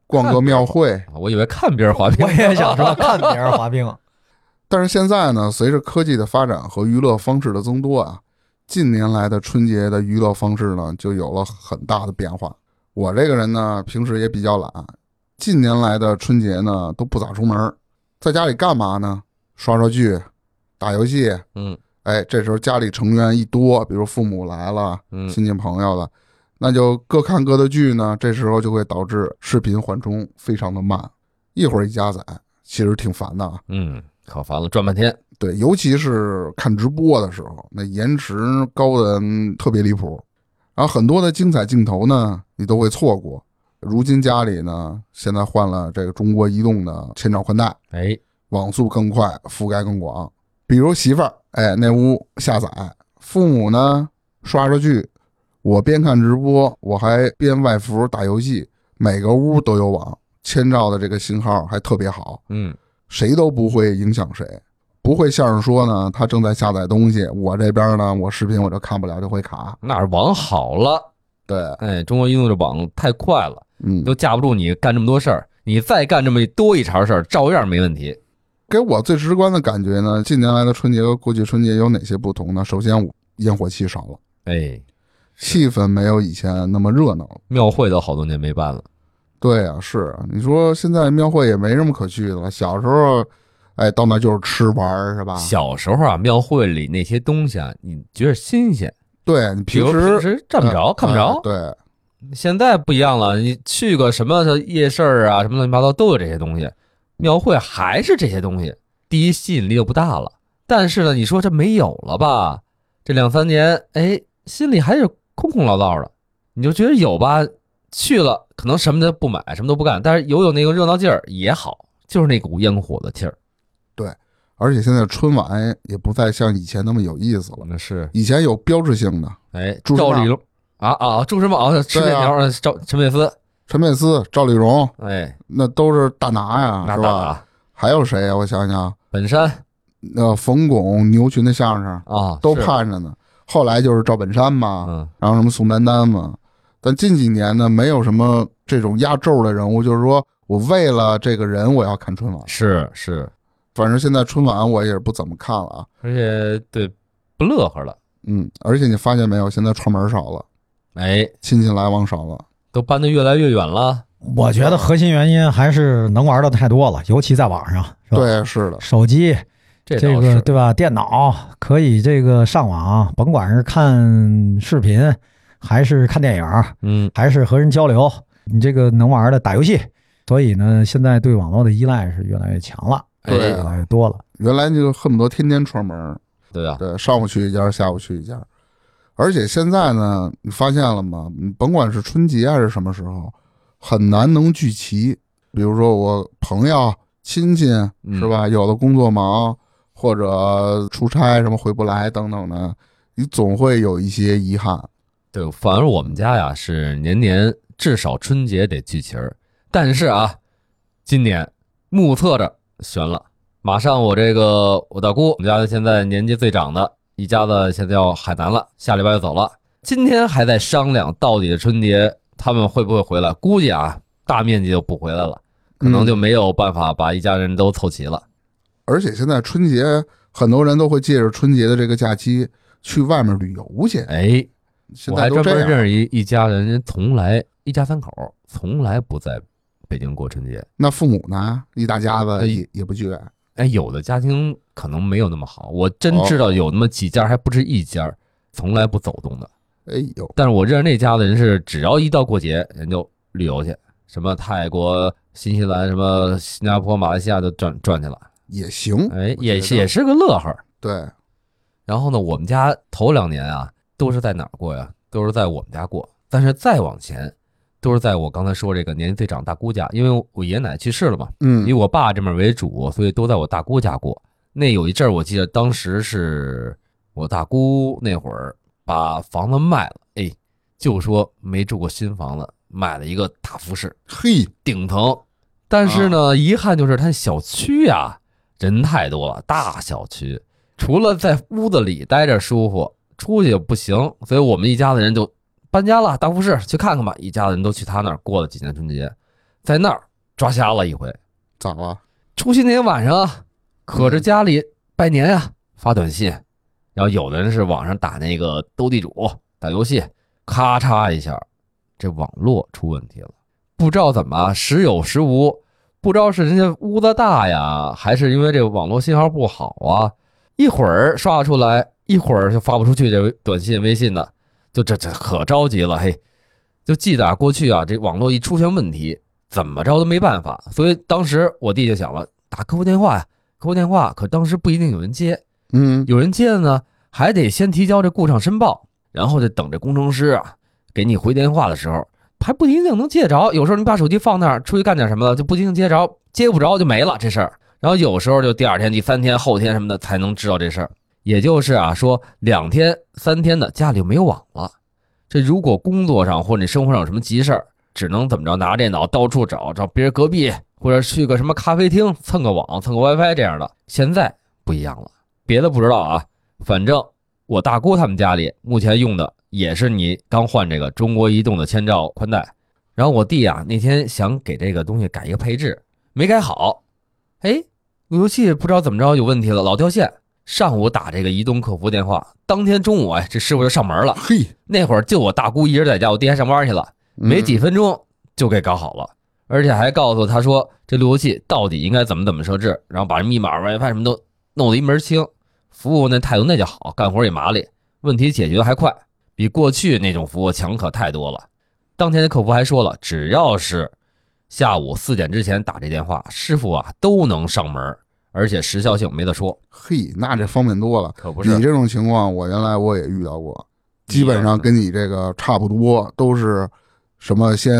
Speaker 3: 逛个庙会。
Speaker 2: 我以为看别人滑冰
Speaker 1: 我，也想说看别人滑冰，
Speaker 3: 但是现在呢，随着科技的发展和娱乐方式的增多啊，近年来的春节的娱乐方式呢，就有了很大的变化。我这个人呢，平时也比较懒，近年来的春节呢都不咋出门儿，在家里干嘛呢？刷刷剧，打游戏。
Speaker 2: 嗯
Speaker 3: 哎，这时候家里成员一多，比如父母来了、
Speaker 2: 嗯
Speaker 3: 亲戚朋友了，那就各看各的剧呢。这时候就会导致视频缓冲非常的慢，一会儿一加载，其实挺烦的啊。
Speaker 2: 嗯，可烦了，转半天。
Speaker 3: 对，尤其是看直播的时候，那延迟高的特别离谱，然后很多的精彩镜头呢，你都会错过。如今家里呢，现在换了这个中国移动的千兆宽带，
Speaker 2: 哎，
Speaker 3: 网速更快，覆盖更广。比如媳妇儿，哎，那屋下载，父母呢刷着剧，我边看直播，我还边外服打游戏，每个屋都有网，千兆的这个信号还特别好，
Speaker 2: 嗯，
Speaker 3: 谁都不会影响谁，不会像是说呢，他正在下载东西，我这边呢，我视频我就看不了，就会卡。
Speaker 2: 那儿网好了，
Speaker 3: 对，
Speaker 2: 哎，中国移动这网太快了，
Speaker 3: 嗯，
Speaker 2: 都架不住你干这么多事儿，你再干这么多一茬事儿，照样没问题。
Speaker 3: 给我最直观的感觉呢，近年来的春节和过去春节有哪些不同呢？首先，我烟火气少了，
Speaker 2: 哎，
Speaker 3: 气氛没有以前那么热闹了。
Speaker 2: 庙会都好多年没办了，
Speaker 3: 对啊，是啊你说现在庙会也没什么可去的了。小时候，哎，到那就是吃玩儿是吧？
Speaker 2: 小时候啊，庙会里那些东西啊，你觉得新鲜，
Speaker 3: 对你
Speaker 2: 比如
Speaker 3: 平时
Speaker 2: 时站不着，看不
Speaker 3: 哎
Speaker 2: 着。
Speaker 3: 对
Speaker 2: 现在不一样了，你去个什么夜市儿啊，什么乱七八糟都有这些东西，庙会还是这些东西，第一吸引力又不大了。但是呢，你说这没有了吧？这两三年，哎，心里还是空空落落的。你就觉得有吧，哎去了可能什么都不买，什么都不干，但是有有那个热闹劲儿也好，就是那股烟火的劲儿。
Speaker 3: 而且现在春晚也不再像以前那么有意思了。
Speaker 2: 那是，
Speaker 3: 以前有标志性的
Speaker 2: 哎，
Speaker 3: 朱时
Speaker 2: 赵
Speaker 3: 茂
Speaker 2: 丽蓉啊啊，朱时茂吃
Speaker 3: 嗯
Speaker 2: 面
Speaker 3: 对啊
Speaker 2: 条儿，赵陈佩斯，
Speaker 3: 陈佩斯、赵丽蓉，
Speaker 2: 哎，
Speaker 3: 那都是大拿呀，
Speaker 2: 那
Speaker 3: 是
Speaker 2: 大
Speaker 3: 吧？
Speaker 2: 啊，
Speaker 3: 还有谁呀、我想想，
Speaker 2: 本山
Speaker 3: 呃，冯巩、牛群的相声
Speaker 2: 啊，
Speaker 3: 都
Speaker 2: 是，
Speaker 3: 盼着呢。后来就是赵本山嘛，
Speaker 2: 嗯，
Speaker 3: 然后什么宋丹丹嘛。但近几年呢，没有什么这种压轴的人物，就是说我为了这个人我要看春晚。
Speaker 2: 是是。
Speaker 3: 反正现在春晚我也是不怎么看了啊。
Speaker 2: 而且对不乐呵了，
Speaker 3: 嗯，而且你发现没有，现在串门少了，
Speaker 2: 哎，
Speaker 3: 亲戚来往少了。
Speaker 2: 都搬得越来越远了。
Speaker 1: 我觉得核心原因还是能玩的太多了，尤其在网上，是
Speaker 2: 嗯
Speaker 1: 吧？
Speaker 3: 对，是的，
Speaker 1: 手机
Speaker 2: 这
Speaker 1: 这
Speaker 2: 倒
Speaker 1: 个
Speaker 2: 是，
Speaker 1: 对吧？电脑可以这个上网，甭管是看视频，还是看电影，
Speaker 2: 嗯，
Speaker 1: 还是和人交流，你这个能玩的打游戏。所以呢，现在对网络的依赖是越来越强了，
Speaker 3: 对
Speaker 1: 越
Speaker 3: 啊
Speaker 2: 哎、
Speaker 1: 来越多了。
Speaker 3: 原来就恨不得天天串门，
Speaker 2: 对啊，
Speaker 3: 对，上午去一家，下午去一家。而且现在呢，你发现了吗？你甭管是春节还是什么时候，很难能聚齐。比如说我朋友、亲戚
Speaker 2: 嗯
Speaker 3: 是吧？有的工作忙或者出差什么回不来等等的，你总会有一些遗憾。
Speaker 2: 对，反而我们家呀是年年至少春节得聚齐儿，但是啊，今年目测着悬了，马上我这个我大姑，我们家现在年纪最长的一家子现在要海南了，下礼拜就走了。今天还在商量到底春节他们会不会回来，估计啊大面积就不回来了，可能
Speaker 3: 嗯
Speaker 2: 就没有办法把一家人都凑齐了。
Speaker 3: 而且现在春节，很多人都会借着春节的这个假期去外面旅游去。
Speaker 2: 哎，
Speaker 3: 现
Speaker 2: 我
Speaker 3: 在
Speaker 2: 还
Speaker 3: 都
Speaker 2: 专
Speaker 3: 这
Speaker 2: 门
Speaker 3: 样。
Speaker 2: 认识一一家人，人从来一家三口儿从来不在北京过春节。
Speaker 3: 那父母呢？一大家
Speaker 2: 哎
Speaker 3: 子也也不聚。
Speaker 2: 哎，有的家庭可能没有那么好，我真
Speaker 3: 哦
Speaker 2: 知道有那么几家，还不止一家儿，从来不走动的。
Speaker 3: 哎呦，
Speaker 2: 但是我认识那家的人是，只要一到过节，人就旅游去，什么泰国、新西兰、什么新加坡、马来西亚就转转去了。
Speaker 3: 也行，
Speaker 2: 哎，
Speaker 3: 嗯我
Speaker 2: 也
Speaker 3: 觉
Speaker 2: 是
Speaker 3: 得
Speaker 2: 也是个乐呵儿。
Speaker 3: 对，
Speaker 2: 然后呢，我们家头两年啊，都是在哪儿过呀？都是在我们家过。但是再往前，都是在我刚才说这个年纪最长大姑家，因为我爷爷奶奶去世了嘛，以
Speaker 3: 嗯，
Speaker 2: 我爸这边为主，所以都在我大姑家过。那有一阵儿，我记得当时是我大姑那会儿把房子卖了，哎，就说没住过新房子，买了一个大复式
Speaker 3: 嘿，
Speaker 2: 顶层。但是呢，遗憾就是它小区呀、人太多了，大小区，除了在屋子里待着舒服，出去也不行，所以我们一家子人就搬家了，大复市去看看吧。一家子人都去他那儿过了几年春节，在那儿抓瞎了一回。
Speaker 3: 咋了？
Speaker 2: 除夕那天晚上啊，可着家里拜年呀、发短信，然后有的人是网上打那个斗地主、打游戏，咔嚓一下，这网络出问题了，不知道怎么时有时无，不知道是人家屋子大呀，还是因为这网络信号不好啊，一会儿刷出来，一会儿就发不出去这短信、微信的，就这这可着急了，嘿，就记得啊，过去啊，这网络一出现问题，怎么着都没办法。所以当时我弟就想了，打客户电话呀，客户电话可当时不一定有人接，
Speaker 3: 嗯，
Speaker 2: 有人接的呢，还得先提交这故障申报，然后就等着工程师啊给你回电话的时候，还不一定能接着。有时候你把手机放那儿，出去干点什么了，就不一定接着，接不着就没了这事儿。然后有时候就第二天、第三天、后天什么的才能知道这事儿。也就是啊，说两天、三天的家里就没有网了。这如果工作上或者你生活上有什么急事儿，只能怎么着拿电脑到处找，找别人隔壁或者去个什么咖啡厅蹭个网、蹭个 WiFi 这样的。现在不一样了。别的不知道啊，反正我大姑他们家里目前用的也是你刚换这个中国移动的千兆宽带。然后我弟啊那天想给这个东西改一个配置，没改好，哎，路由器不知道怎么着有问题了，老掉线。上午打这个移动客服电话，当天中午哎，这师傅就上门了。
Speaker 3: 嘿，
Speaker 2: 那会儿就我大姑一人在家，我弟还上班去了，
Speaker 3: 嗯
Speaker 2: 没几分钟就给搞好了，而且还告诉他说这路由器到底应该怎么怎么设置，然后把密码、WiFi 什么都弄得一门清，服务那态度那就好，干活也麻利，问题解决得还快，比过去那种服务强可太多了。当天的客服还说了，只要是下午四点之前打这电话，师傅啊都能上门，而且时效性没得说，
Speaker 3: 嘿，那这方便多了。
Speaker 2: 可不
Speaker 3: 你
Speaker 2: 是。
Speaker 3: 这种情况，我原来我也遇到过，基本
Speaker 2: 一样
Speaker 3: 上
Speaker 2: 的
Speaker 3: 跟你这个差不多，都是什么先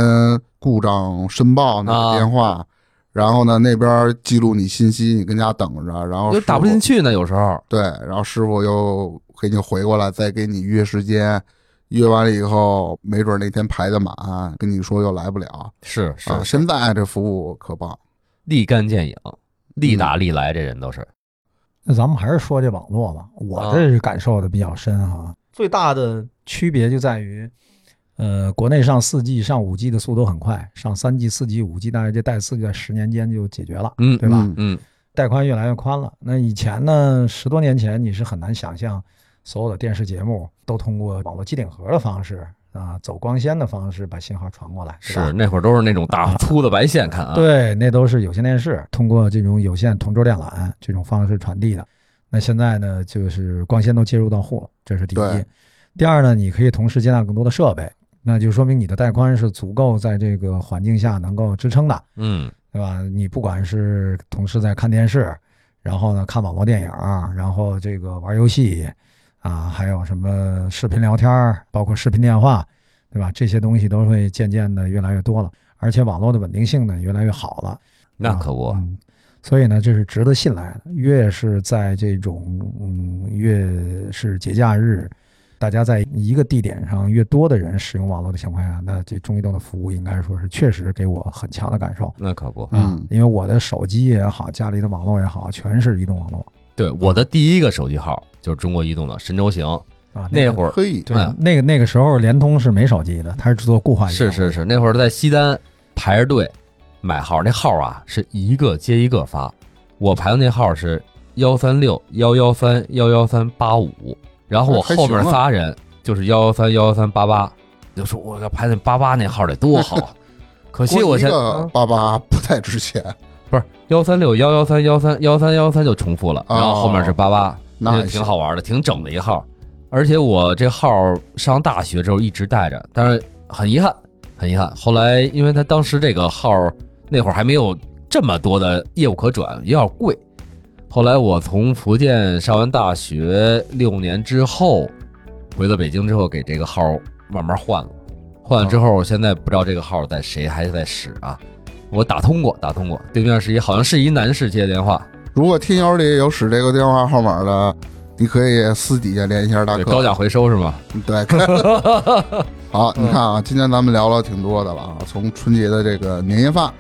Speaker 3: 故障申报那
Speaker 2: 啊
Speaker 3: 个电话，然后呢那边记录你信息，你跟家等着，然后
Speaker 2: 就
Speaker 3: 哦师
Speaker 2: 打不
Speaker 3: 傅
Speaker 2: 进去呢，有时候
Speaker 3: 对，然后师傅又给你回过来，再给你约时间，约完了以后，没准那天排的满，跟你说又来不了。
Speaker 2: 是是
Speaker 3: 啊，现在这服务可棒，
Speaker 2: 立竿见影，利打利来，这人都是。
Speaker 1: 那咱们还是说这网络吧，我这是感受的比较深啊哈、啊最大的区别就在于，呃，国内上四 G、上五 G 的速度很快，上三 G、四 G、五 G，大概这带四 G 在十年间就解决了，
Speaker 2: 嗯
Speaker 1: 对吧？
Speaker 3: 嗯
Speaker 2: 嗯，
Speaker 1: 带宽越来越宽了。那以前呢，十多年前你是很难想象所有的电视节目都通过网络机顶盒的方式啊，走光纤的方式把信号传过来，对吧
Speaker 2: 是那会儿都是那种大
Speaker 1: 啊
Speaker 2: 粗的白线看啊，，
Speaker 1: 对，那都是有线电视通过这种有线同轴电缆这种方式传递的。那现在呢，就是光纤都接入到户了，这是第一
Speaker 3: 对。
Speaker 1: 第二呢，你可以同时接纳更多的设备，那就说明你的带宽是足够在这个环境下能够支撑的，
Speaker 2: 嗯，
Speaker 1: 对吧？你不管是同时在看电视，然后呢看网络电影，然后这个玩游戏啊，还有什么视频聊天儿，包括视频电话，对吧？这些东西都会渐渐的越来越多了，而且网络的稳定性呢越来越好了。
Speaker 2: 那可不，
Speaker 1: 嗯，所以呢，这是值得信赖的。越是在这种嗯，越是节假日，大家在一个地点上越多的人使用网络的情况下，那这中移动的服务应该说是确实给我很强的感受。
Speaker 2: 那可不。
Speaker 3: 嗯
Speaker 1: 啊因为我的手机也好，家里的网络也好，全是移动网络
Speaker 2: 对，我的第一个手机号就是中国移动的神州行，
Speaker 1: 啊。
Speaker 2: 那
Speaker 1: 儿，
Speaker 2: 会儿
Speaker 3: 嘿，
Speaker 1: 对
Speaker 2: 嗯，
Speaker 1: 那个那个时候联通是没手机的，它是做固话移动
Speaker 2: 是
Speaker 1: 的。
Speaker 2: 是是，那会儿在西单排着队买号，那号啊是一个接一个发，我排的那号是幺三六幺幺三幺幺三八五，然后我
Speaker 3: 还
Speaker 2: 后面
Speaker 3: 行啊
Speaker 2: 仨人就是幺幺三幺幺三八八，就说我要排那八八那号得多好，啊可惜我
Speaker 3: 光一
Speaker 2: 现嗯
Speaker 3: 个八八不太值钱，
Speaker 2: 不是幺三六幺幺三幺三幺三幺三就重复了，然后后面是八八，
Speaker 3: 那
Speaker 2: 就
Speaker 3: 还
Speaker 2: 挺
Speaker 3: 行
Speaker 2: 好玩的，挺整的一号。而且我这号上大学之后一直带着，但是很遗憾，很遗憾。后来因为他当时这个号那会儿还没有这么多的业务可转，有点贵。后来我从福建上完大学六年之后，回到北京之后，给这个号慢慢换了。
Speaker 3: 嗯
Speaker 2: 换了之后，现在不知道这个号在谁还在使啊？我打通过，打通过，对面是一好像是一男士接的电话，
Speaker 3: 如果听友里有使这个电话号码的，你可以私底下联系一下大
Speaker 2: 对，高
Speaker 3: 哥。
Speaker 2: 价回收是吗？
Speaker 3: 对， 好，你看啊，今天咱们聊了挺多的了啊，从春节的这个年夜饭，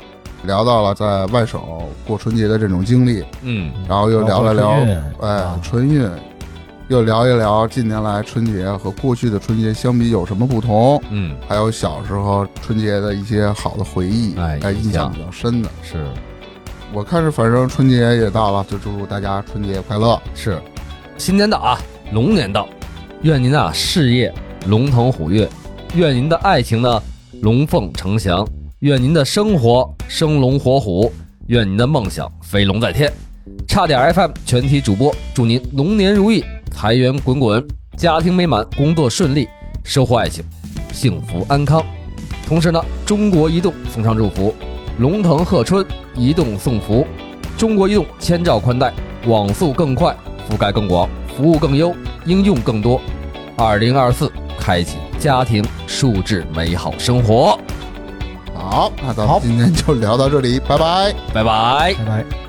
Speaker 3: 聊到了在外省过春节的这种经历，
Speaker 2: 嗯，
Speaker 3: 然后又聊了聊
Speaker 1: 包括春运，
Speaker 3: 哎
Speaker 1: 啊，
Speaker 3: 春运，又聊一聊近年来春节和过去的春节相比有什么不同，
Speaker 2: 嗯，
Speaker 3: 还有小时候春节的一些好的回忆，
Speaker 2: 哎
Speaker 3: 哎，印
Speaker 2: 印象
Speaker 3: 象比较深的。
Speaker 2: 是
Speaker 3: 我看是，反正春节也到了，就祝大家春节快乐。
Speaker 2: 是，新年到啊，龙年到，愿您啊事业龙腾虎跃，愿您的爱情呢龙凤呈祥，愿您的生活生龙活虎，愿您的梦想飞龙在天。差点 FM 全体主播祝您龙年如意，财源滚滚，家庭美满，工作顺利，收获爱情，幸福安康。同时呢，中国移动送上祝福，龙腾贺春，移动送福，中国移动千兆宽带，网速更快，覆盖更广，服务更优，应用更多。二零二四，开启家庭数字美好生活。
Speaker 3: 好，那咱
Speaker 1: 好
Speaker 3: 们今天就聊到这里，拜拜。
Speaker 2: 拜拜。
Speaker 1: 拜拜。